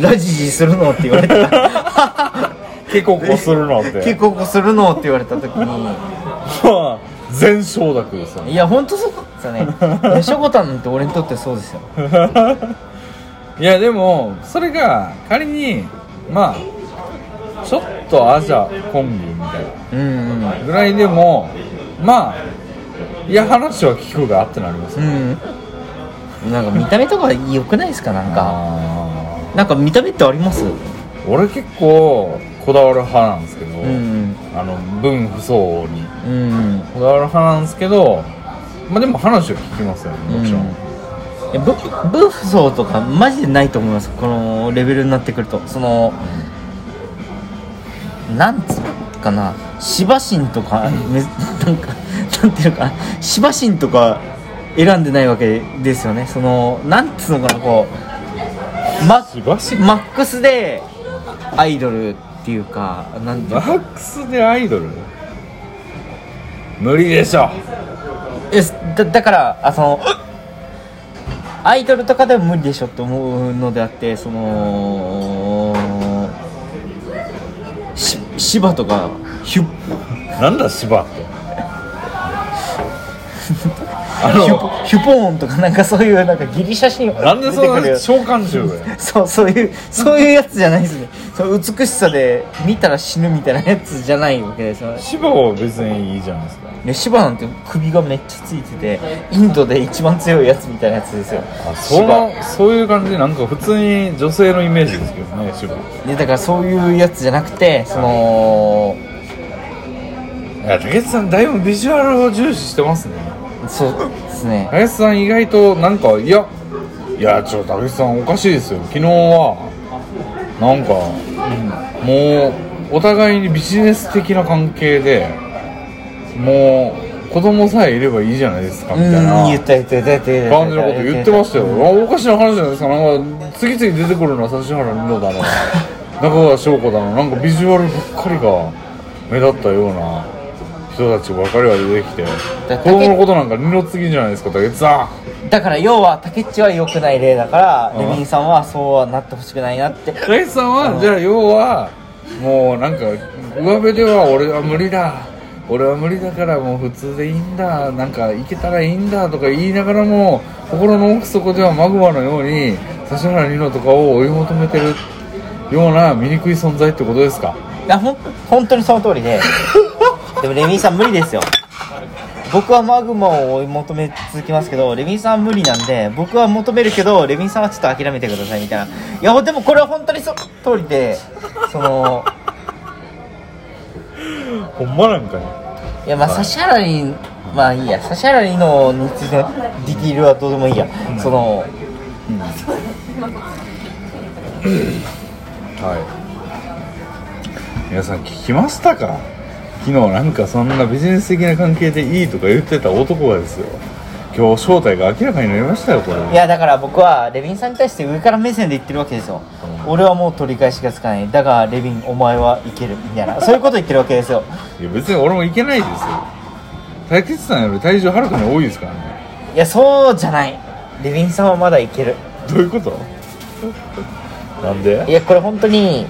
Speaker 1: ラジジするのって言われた
Speaker 2: 結構こするのって
Speaker 1: 結構するのって言われた時に
Speaker 2: 構全承諾ですよ ね
Speaker 1: いや本当そうですよねいやしょこたんって俺にとってそうですよ
Speaker 2: いやでもそれが仮にまあちょっとアジャコンビみたいな
Speaker 1: うんうん
Speaker 2: ぐらいでもまあいや話は聞くがあってなります
Speaker 1: うんなんか見た目とか良くないですかなんか
Speaker 2: あ
Speaker 1: なんか見た目ってあります
Speaker 2: ー俺結構こだわる派なんですけど、
Speaker 1: うん
Speaker 2: あの分不相応に
Speaker 1: うん
Speaker 2: こだわる派なんですけどまあでも話は聞きますよねもちろん、
Speaker 1: うんいやブブーフ層とかマジでないと思いますこのレベルになってくるとそのなんつうかなシバシンとかめ なんかなんていうのかなシバシンとか選んでないわけですよねそのなんつうのかなこうマ
Speaker 2: しばし
Speaker 1: マックスでアイドルっていうかなんていう
Speaker 2: マ
Speaker 1: の
Speaker 2: ックスでアイドル無理でしょ
Speaker 1: いやだだからあそのアイドルとかでは無理でしょって思うのであってそのし芝とかヒュ
Speaker 2: なんだ芝ってあ
Speaker 1: ヒ ュヒュポーンとかなんかそういうなんかギリシャ神話
Speaker 2: なんでそ
Speaker 1: 出てくる
Speaker 2: の召喚獣や
Speaker 1: そうそういうそういうやつじゃないですねその美しさで見たら死ぬみたいなやつじゃないわけですよね
Speaker 2: 芝は別にいいじゃないですか
Speaker 1: ね芝なんて首がめっちゃついててインドで一番強いやつみたいなやつですよ
Speaker 2: あそのそういう感じでなんか普通に女性のイメージですけどね芝
Speaker 1: ね、だからそういうやつじゃなくてその
Speaker 2: いや竹内さんだいぶビジュアルを重視してますね
Speaker 1: そうですね
Speaker 2: 竹内さん意外となんかいやいやちょっと竹内さんおかしいですよ昨日はなんか、もうお互いにビジネス的な関係でもう子供さえいればいいじゃないですか
Speaker 1: う
Speaker 2: みたい
Speaker 1: ん
Speaker 2: な
Speaker 1: 言った言った言った言った言った
Speaker 2: 感じのこと言ってましたよあおかしな話じゃないですかなんか次々出てくるのは指原莉乃だの中川翔子だのなんかビジュアルばっかりが目立ったような人たちばかりが出てきて
Speaker 1: だ
Speaker 2: 子供のことなんか二の次じゃないですか竹内さ
Speaker 1: だから要は竹内は良くない例だから
Speaker 2: うん
Speaker 1: レビンさんはそうはなってほしくないなって
Speaker 2: ん竹内さんはじゃあ要はもうなんか上辺では俺は無理だ俺は無理だからもう普通でいいんだなんかいけたらいいんだとか言いながらも心の奥底ではマグマのように指原莉乃とかを追い求めてるような醜い存在ってことですか
Speaker 1: あほん本当にその通りででもレビンさん無理ですよ僕はマグマを追い求め続きますけどレビンさんは無理なんで僕は求めるけどレビンさんはちょっと諦めてくださいみたいないやでもこれは本当にその通りでその
Speaker 2: ほんまなんかね
Speaker 1: いやまあ指原にまあいいや指原にのについてのディティールはどうでもいいやその
Speaker 2: はい皆さん聞きましたか昨日なんかそんなビジネス的な関係でいいとか言ってた男がですよ今日正体が明らかになりましたよこれ
Speaker 1: いやだから僕はレビンさんに対して上から目線で言ってるわけですよ俺はもう取り返しがつかないだがレビンお前はいけるみたいなそういうこと言ってるわけですよ
Speaker 2: いや別に俺もいけないですよ竹内さんより体重はるかに多いですからね
Speaker 1: いやそうじゃないレビンさんはまだいける
Speaker 2: どういうことなんで
Speaker 1: いやこれ本当に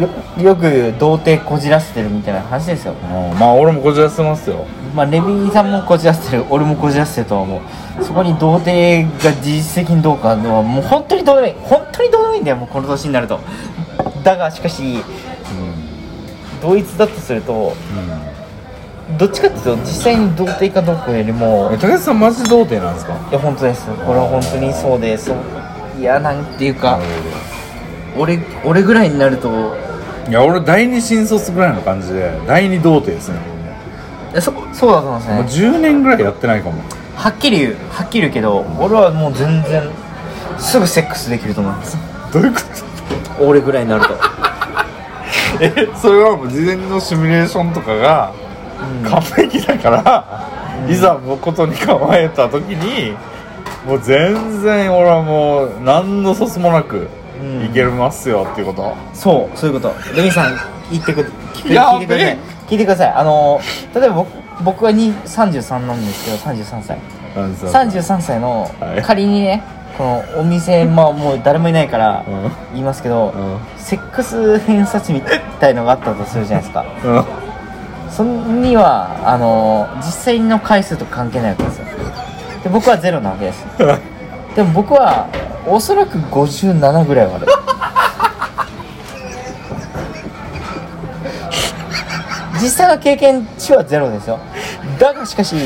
Speaker 1: よよく童貞こじらせてるみたいな話ですよ
Speaker 2: うんまあ俺もこじらせてますよ
Speaker 1: まあレビーさんもこじらせてる俺もこじらせてるとは思うそこに童貞が事実的にどうかのはもう本当にどうでもいい本当にどうでもいいんだよもうこの年になるとだがしかし
Speaker 2: うん
Speaker 1: 同一だとすると
Speaker 2: うん
Speaker 1: どっちかっていうと実際に童貞かどうかよりも
Speaker 2: え竹内さんマジ童貞なんですか
Speaker 1: いや本当ですこれは本当にそうでそういやなんていうか俺俺ぐらいになると
Speaker 2: いや俺第二新卒ぐらいの感じで第二童貞ですね
Speaker 1: いやそそうだと思うんです
Speaker 2: もう
Speaker 1: ね
Speaker 2: 10年ぐらいやってないかも
Speaker 1: はっきり言うはっきり言うけど俺はもう全然すぐセックスできると思います
Speaker 2: どういうこ
Speaker 1: 俺ぐらいになると
Speaker 2: と えそれはもう事前のシミュレーションとかが完璧だから、いざもうことに構えた時にもう全然俺はもう何のそつもなく
Speaker 1: うん
Speaker 2: いけますよっていうこと、
Speaker 1: そうそういうことレミさん言ってく聞く
Speaker 2: いや
Speaker 1: 聞いてください
Speaker 2: べ
Speaker 1: 聞いてくださいあの例えば僕僕はに33なんですけど33歳
Speaker 2: なんですよ
Speaker 1: 33歳の
Speaker 2: はい
Speaker 1: 仮にねこのお店 まあもう誰もいないから
Speaker 2: うん
Speaker 1: 言いますけど、
Speaker 2: うん
Speaker 1: セックス偏差値みたいのがあったとするじゃないですか
Speaker 2: うん
Speaker 1: そんにはあの実際の回数と関係ないわけですよで僕はゼロなわけですでも僕はおそらく57ぐらいはある 実際の経験値はゼロですよだがしかし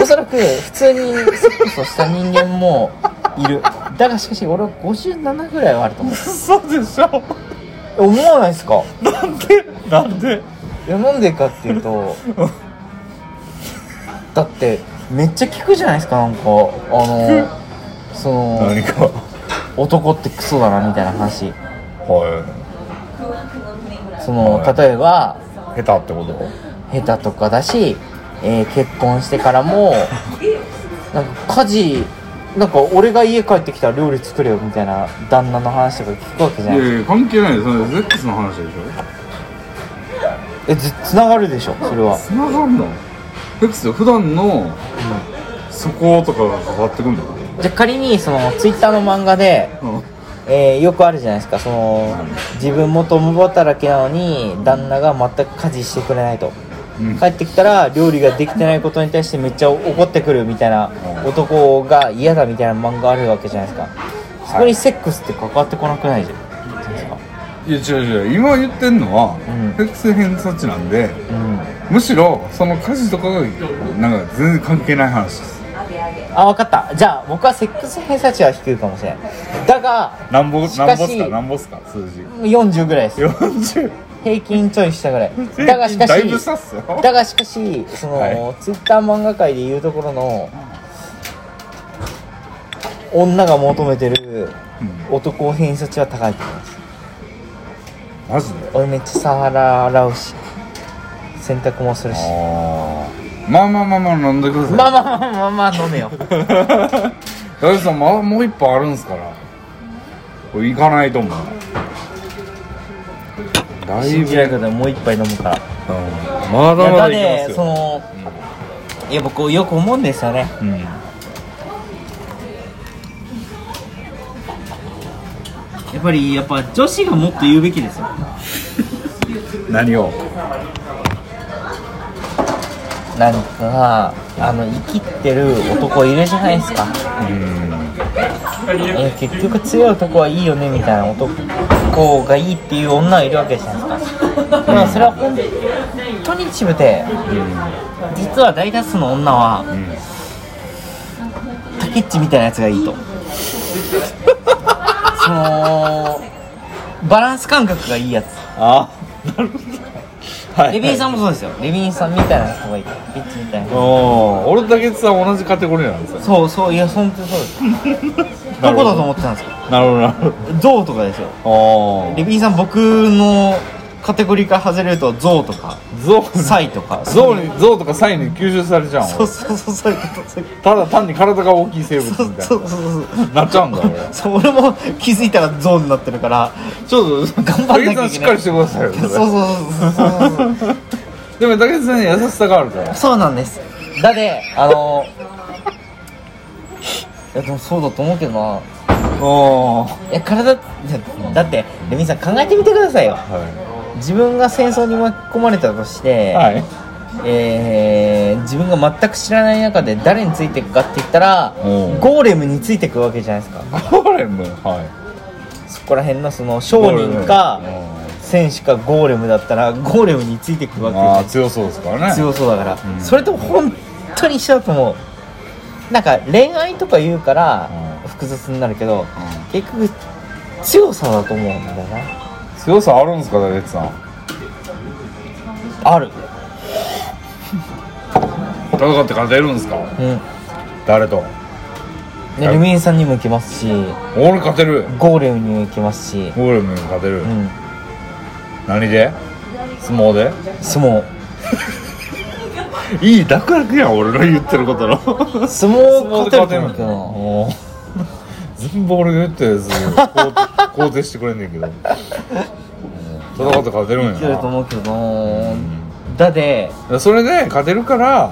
Speaker 1: おそらく普通にセックスをした人間もいるだがしかし俺は57ぐらいはあると思う
Speaker 2: 嘘でしょ
Speaker 1: 思わないですか
Speaker 2: なんでなんで
Speaker 1: いやなんでかっていうとだってめっちゃ聞くじゃないですかなんかあのその
Speaker 2: 何か
Speaker 1: 男ってクソだなみたいな話
Speaker 2: は
Speaker 1: その
Speaker 2: はい
Speaker 1: 例えば
Speaker 2: い下手ってこと
Speaker 1: 下手とかだし、えー結婚してからもなんか家事なんか俺が家帰ってきたら料理作れよみたいな旦那の話とか聞くわけじゃないですか
Speaker 2: いや関係ないそれ X の話でしょ
Speaker 1: えずつながるでしょそれは
Speaker 2: つながんの X 普段のそことかが変わってくんだ
Speaker 1: じゃあ仮にそのツイッターの漫画で
Speaker 2: うん
Speaker 1: えーよくあるじゃないですかその自分も共働きなのに旦那が全く家事してくれないと、
Speaker 2: うん
Speaker 1: 帰ってきたら料理ができてないことに対してめっちゃ怒ってくるみたいな
Speaker 2: うん
Speaker 1: 男が嫌だみたいな漫画あるわけじゃないですかそこにセックスって関わってこなくないじゃないですか
Speaker 2: いや違う違う今言ってんのは、
Speaker 1: う
Speaker 2: X 偏差値なんで
Speaker 1: うん
Speaker 2: むしろその家事とかがなんか全然関係ない話です
Speaker 1: あ分かったじゃあ僕はセックス偏差値は低いかもしれないだが
Speaker 2: なんぼ
Speaker 1: し
Speaker 2: な
Speaker 1: か
Speaker 2: んぼっす
Speaker 1: し
Speaker 2: かなんぼっすか数字
Speaker 1: 40ぐらいです
Speaker 2: 40
Speaker 1: 平均ちょい下ぐらいだがしかし
Speaker 2: だいぶ差っすよ
Speaker 1: だがしかしその、
Speaker 2: は
Speaker 1: ツイッター漫画界でいうところの女が求めてる男偏差値は高いと思います
Speaker 2: マジで
Speaker 1: 俺めっちゃ皿洗うし洗濯もするし
Speaker 2: ああまあまあまあまあ飲んでください
Speaker 1: まあ まあまあまあまあ飲 めよ
Speaker 2: 大地さんまもう一本あるんすからこれ行かないと思うだい
Speaker 1: 信
Speaker 2: ぶ
Speaker 1: じられないけどもう一杯飲むから
Speaker 2: うんまだま
Speaker 1: いや
Speaker 2: だ
Speaker 1: だ
Speaker 2: いけ
Speaker 1: ね
Speaker 2: ます
Speaker 1: そ
Speaker 2: よ、
Speaker 1: の、いや僕よく思うんですよね
Speaker 2: うん、
Speaker 1: やっぱりやっぱ女子がもっと言うべきですよ
Speaker 2: 何を
Speaker 1: なんかあの生きってる男いるじゃないですか
Speaker 2: うん
Speaker 1: えー結局強い男はいいよねみたいな男がいいっていう女はいるわけじゃないですかでもそれは本当に一部で実は大多数の女は
Speaker 2: うん
Speaker 1: タケッチみたいなやつがいいとそのバランス感覚がいいやつ
Speaker 2: あなるほどは
Speaker 1: レビンさんもそうですよレビンさんみたいな人がいいタケッチみたいな
Speaker 2: おー俺と竹内さん同じカテゴリーなんですよ
Speaker 1: そうそういや本当にそうですどこだと思ってたんですか
Speaker 2: なるほどなるほ
Speaker 1: ゾウとかですよ
Speaker 2: どお
Speaker 1: レ
Speaker 2: ー
Speaker 1: ビンさん僕のカテゴリーから外れるとゾウとか
Speaker 2: ゾ
Speaker 1: サイとか
Speaker 2: ウゾウにゾウとかサイに吸収されちゃう
Speaker 1: そ
Speaker 2: ん
Speaker 1: うそうそうそういうことそういうこ
Speaker 2: ただ単に体が大きい生物
Speaker 1: と
Speaker 2: みたい
Speaker 1: そうそうそうそう
Speaker 2: ななっちゃうんだ俺
Speaker 1: そう俺も気づいたらゾーンになってるから
Speaker 2: ちょっと
Speaker 1: 頑張んなきゃいけない
Speaker 2: 竹内さんしっかりしてくださいよ
Speaker 1: そう
Speaker 2: それ
Speaker 1: そうそうそうそう
Speaker 2: でも竹内さんに優しさがあるから
Speaker 1: そうなんですだであのいやでもそうだと思うけどな
Speaker 2: おー
Speaker 1: いや体だだってレミさん考えてみてくださいよ
Speaker 2: は
Speaker 1: 自分が戦争に巻き込まれたとし
Speaker 2: い
Speaker 1: て、
Speaker 2: はい
Speaker 1: えー自分が全く知らない中で誰についていくかって言ったら
Speaker 2: うん
Speaker 1: ゴーレムについていくわけじゃないですか
Speaker 2: ゴーレムはい
Speaker 1: そこら辺のその商人か
Speaker 2: ゴーレムうん
Speaker 1: 戦士かゴーレムだったらゴーレムについていくわけじゃ
Speaker 2: ま
Speaker 1: な
Speaker 2: あ
Speaker 1: い
Speaker 2: 強そうですからね
Speaker 1: 強そうだから、
Speaker 2: うん
Speaker 1: それと本当に一緒だと思うなんか恋愛とか言うから
Speaker 2: うん
Speaker 1: 複雑になるけど、
Speaker 2: ん
Speaker 1: 結局強さだと思うんだよな
Speaker 2: 強さあるんですか大鉄さん
Speaker 1: ある
Speaker 2: 戦って勝てるんですか
Speaker 1: うん
Speaker 2: 誰と
Speaker 1: でルミエさんにも行きますし
Speaker 2: 俺勝てる
Speaker 1: ゴーレムにも行きますし
Speaker 2: ゴーレムに勝てる、
Speaker 1: うん
Speaker 2: 何で相撲で
Speaker 1: 相撲
Speaker 2: いい楽々やん俺の言ってることの
Speaker 1: 相撲勝てると思うけどな
Speaker 2: もう全部俺が言ったやつ肯定肯定してくれんねんけどうん 戦って勝てるんや
Speaker 1: 勝てると
Speaker 2: な
Speaker 1: 思うけどなだで
Speaker 2: それで勝てるから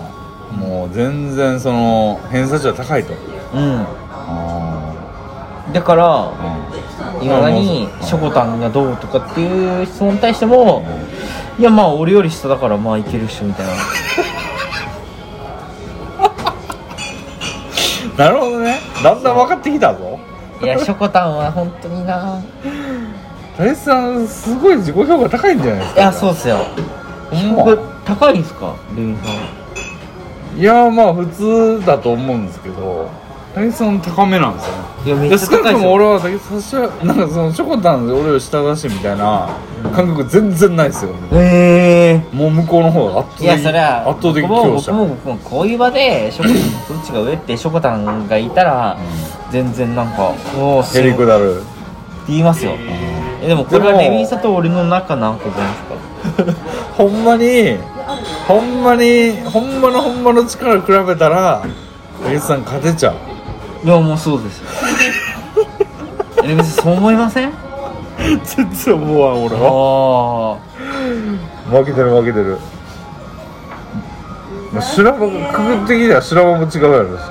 Speaker 2: もう全然その偏差値は高いと
Speaker 1: うん
Speaker 2: あ
Speaker 1: だから
Speaker 2: あ
Speaker 1: いまだにしょこたんがどうとかっていう質問に対してもいやまあ俺より下だからまあいけるっしょみたいな
Speaker 2: なるほどねだんだん分かってきたぞ
Speaker 1: いや、しょこたんは本当にな。
Speaker 2: 大地さんすごい自己評価高いんじゃないです
Speaker 1: い
Speaker 2: か
Speaker 1: や、そうっすよ。
Speaker 2: ん
Speaker 1: これ高いんすか、ルミさん。
Speaker 2: いやまあ普通だと思うんですけど大地さん高めなんですよね
Speaker 1: いや、め
Speaker 2: い
Speaker 1: っ
Speaker 2: や
Speaker 1: ちゃ
Speaker 2: 少な
Speaker 1: 高
Speaker 2: く
Speaker 1: いっ
Speaker 2: と
Speaker 1: す
Speaker 2: も
Speaker 1: よ。
Speaker 2: 俺は竹田氏はなんかそのしょこたんで俺より下だしみたいな感覚全然ないですよ
Speaker 1: ええ
Speaker 2: もう向こうの方が圧倒
Speaker 1: いや、
Speaker 2: 的
Speaker 1: そりゃ、
Speaker 2: 圧倒的
Speaker 1: 僕も
Speaker 2: 強
Speaker 1: 僕
Speaker 2: 者
Speaker 1: も僕もこういう場で、しょこどっちが上ってしょこたんがいたら、全然なんか、おお、す
Speaker 2: へ
Speaker 1: ごい
Speaker 2: り
Speaker 1: っ
Speaker 2: くだる
Speaker 1: て言いますよ。えでも、これは
Speaker 2: でも
Speaker 1: レミさんと俺の仲何個じゃないですか。
Speaker 2: ほんまにほんまにほんまのほんまの力比べたら竹内さん勝てちゃう
Speaker 1: いや、もうそうですよ。レミさん、そう思いませんあ
Speaker 2: 全然思わん俺
Speaker 1: あー。
Speaker 2: 負けてる負けてるまあ修羅場区分的には修羅場も違うやろうし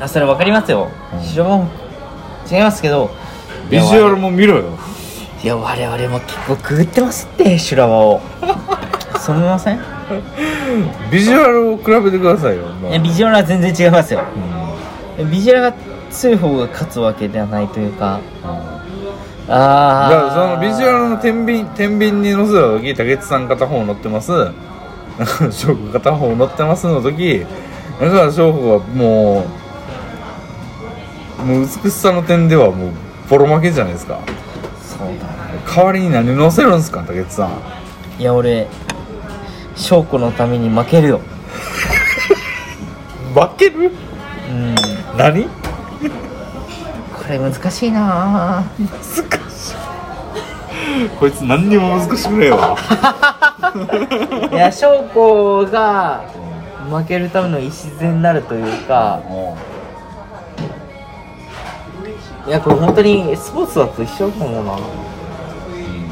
Speaker 1: あ、それわかりますよ。白も違いますけど、
Speaker 2: ビジュアルも見ろよ
Speaker 1: いや我々も結構くぐってますって修羅場 をそう思いません
Speaker 2: ビジュアルを比べてくださいよ、まあ
Speaker 1: いやビジュアルは全然違いますよ
Speaker 2: うん
Speaker 1: ビジュアルが強い方が勝つわけではないというか
Speaker 2: だ
Speaker 1: ああ
Speaker 2: からそのビジュアルの天秤天秤に乗せた時竹内さん片方乗ってます 翔吾片方乗ってますの時だから翔吾はもうもう美しさの点ではもうボロ負けじゃないですか
Speaker 1: そうだな
Speaker 2: 代わりに何乗せるんですか竹内さん
Speaker 1: いや俺証拠のために負けるよ
Speaker 2: 負ける
Speaker 1: うん
Speaker 2: 何
Speaker 1: これ難しいなあ
Speaker 2: 難しいこいつ何にも難しくねえわ
Speaker 1: いや証拠が負けるための礎になるというかいやこれ本当にスポーツだと一緒だと思うな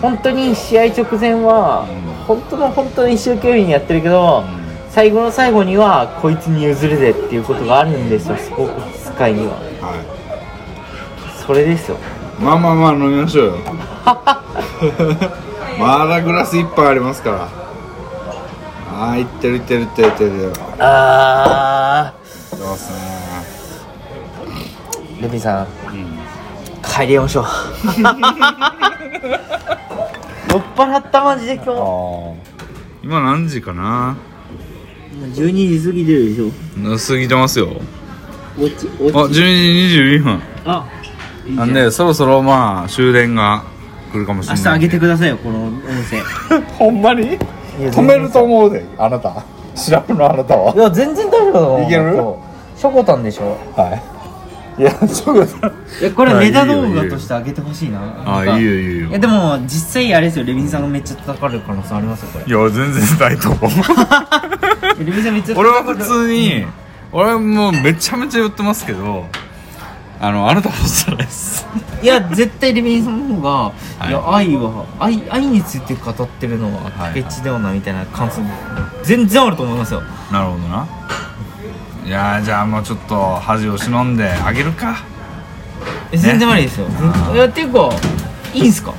Speaker 1: 本当に試合直前は
Speaker 2: うん
Speaker 1: 本当の本当に一生懸命にやってるけど
Speaker 2: ん
Speaker 1: 最後の最後にはこいつに譲るぜっていうことがあるんですよスポーツ界には
Speaker 2: は
Speaker 1: それですよ
Speaker 2: い、まあまあまあ飲みましょう よまだグラス一杯ありますからあーいってるいってるいってるいってるいってる
Speaker 1: あ
Speaker 2: どうすね
Speaker 1: ールビーさん、帰りま しょう酔っ払ったマジで今日
Speaker 2: あー今何時かな
Speaker 1: 12時過ぎてるでしょ
Speaker 2: 過ぎてますよ
Speaker 1: おち
Speaker 2: あ
Speaker 1: お
Speaker 2: 12時22分
Speaker 1: あいいじゃ
Speaker 2: なんでそろそろまあ終電が来るかもしれ
Speaker 1: 明
Speaker 2: ない
Speaker 1: 日あげてくださいよこのお店
Speaker 2: ほんまに
Speaker 1: いや
Speaker 2: 止めると思うであなたシラフのあなたはい
Speaker 1: や全然大丈夫だと思う
Speaker 2: いける
Speaker 1: しょこたんでしょ
Speaker 2: はいいやちょっと
Speaker 1: いやこれ
Speaker 2: まあ
Speaker 1: ネタ動
Speaker 2: いい
Speaker 1: 画
Speaker 2: よいいよ
Speaker 1: として上げてほしいな
Speaker 2: あ
Speaker 1: なんか
Speaker 2: いいよいいよ
Speaker 1: いやでも実際あれですよレビンさんがめっちゃ叩かれる可能性ありますよこれ
Speaker 2: いや全然ないと思 う
Speaker 1: レビンさんめっちゃ
Speaker 2: 俺
Speaker 1: 叩か
Speaker 2: は
Speaker 1: れる
Speaker 2: 普通に俺はもうめちゃめちゃ言ってますけどあのあなたはじゃないです
Speaker 1: いや絶対レビンさんの方が、
Speaker 2: はい
Speaker 1: い、や愛は愛愛について語ってるのは
Speaker 2: はい
Speaker 1: 竹内ではないみたいな感想全然あると思いますよ
Speaker 2: なるほどないやーじゃあもうちょっと恥を忍んであげるか
Speaker 1: え全然悪いですよ、いやっていうかいいんすか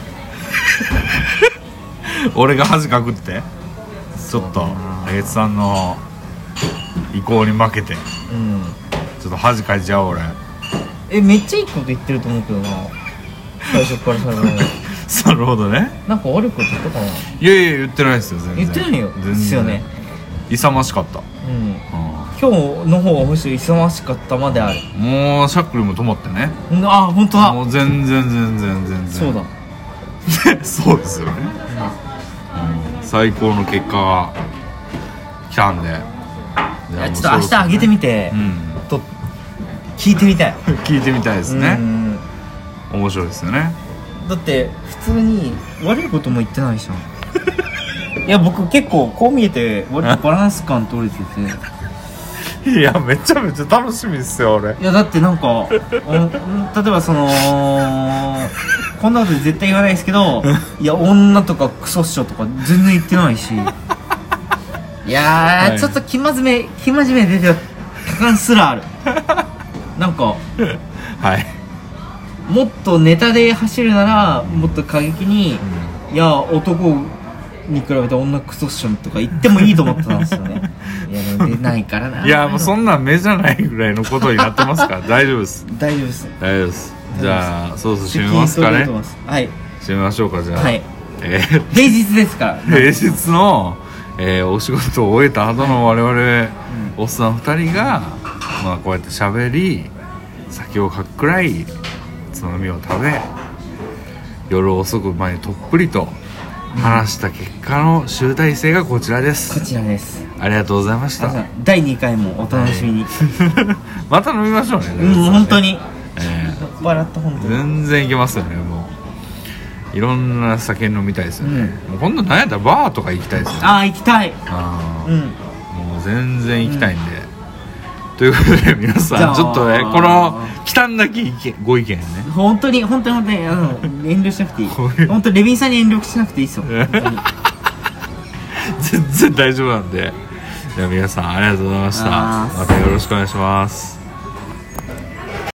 Speaker 2: 俺が恥かくってちょっと竹内さんの意向に負けて
Speaker 1: うん
Speaker 2: ちょっと恥かいちゃう俺
Speaker 1: えめっちゃいいこと言ってると思うけどな最初から最後ま で
Speaker 2: なるほどね
Speaker 1: なんか悪いこと言ったかない
Speaker 2: やいや言ってないですよ全然
Speaker 1: 言ってないよ
Speaker 2: 全然
Speaker 1: ですよね
Speaker 2: 勇ましかった、
Speaker 1: うん
Speaker 2: う
Speaker 1: 今日の方がむしろ忙しかったまである
Speaker 2: んもうシャックルも止まってね
Speaker 1: うんあ本当だ
Speaker 2: もう全然全然全然
Speaker 1: そうだ
Speaker 2: そうですよね、うん最高の結果が来たんで
Speaker 1: い
Speaker 2: じゃあ
Speaker 1: や
Speaker 2: もう
Speaker 1: ちょっと明日あげてみて
Speaker 2: そろそろね
Speaker 1: と聞いてみたい
Speaker 2: うん聞いてみたいです
Speaker 1: う
Speaker 2: ね
Speaker 1: ん
Speaker 2: 面白いですよね
Speaker 1: だって普通に悪いことも言ってないじ ゃんいや僕結構こう見えて割とバランス感取れてて
Speaker 2: いやめちゃめちゃ楽しみですよ俺
Speaker 1: いやだってなん かうん例えばそのこんなこと絶対言わないですけどいや女とかクソっしょとか全然言ってない しいやー、
Speaker 2: はい
Speaker 1: ちょっと気まずめ気まじめ出てる感すらあるなんか
Speaker 2: はい
Speaker 1: もっとネタで走るならもっと過激に、いや男に比べて女クソっしょとか言ってもいいと思ってたんですよね いやでも出ないからない
Speaker 2: いやもうそんなん目じゃないぐらいのことになってま すから大丈夫です
Speaker 1: 大丈夫です
Speaker 2: 大丈夫ですじゃあそろそろ締めますか
Speaker 1: 聞いてお
Speaker 2: ね
Speaker 1: いてますはい
Speaker 2: 締めましょうかじゃあ、
Speaker 1: はい
Speaker 2: えー
Speaker 1: 平日ですから
Speaker 2: 平日の、えーお仕事を終えた後の我々、おっさん2人が、まあ、こうやって喋り酒をかっくらいつまみを食べ夜遅く前にとっぷりと話した結果の集大成がこちらで
Speaker 1: こ
Speaker 2: す
Speaker 1: ちらです
Speaker 2: ありがとうございまし
Speaker 1: 皆さ
Speaker 2: た
Speaker 1: ん第2回もお楽しみに、
Speaker 2: また飲みましょうね
Speaker 1: うん本当、
Speaker 2: ね
Speaker 1: に
Speaker 2: え
Speaker 1: 笑った本当
Speaker 2: ー
Speaker 1: に
Speaker 2: 全然いけますよねもういろんな酒飲みたいですよね、
Speaker 1: う
Speaker 2: もう今度何やったらバーとか行きたいですよね
Speaker 1: ああ行きたい
Speaker 2: あー
Speaker 1: うん
Speaker 2: もう全然行きたいんで、ということで皆
Speaker 1: じゃ
Speaker 2: さん
Speaker 1: あ
Speaker 2: ちょっとねこの忌憚なき意見ご意 見ね
Speaker 1: 本当に本当に本当にあの遠慮しなくていい
Speaker 2: こういう
Speaker 1: 本当レビンさんに遠慮しなくていい ですよ本当に
Speaker 2: 全然大丈夫なんででは皆さんありがとうございました
Speaker 1: あー
Speaker 2: またよろしくお願いします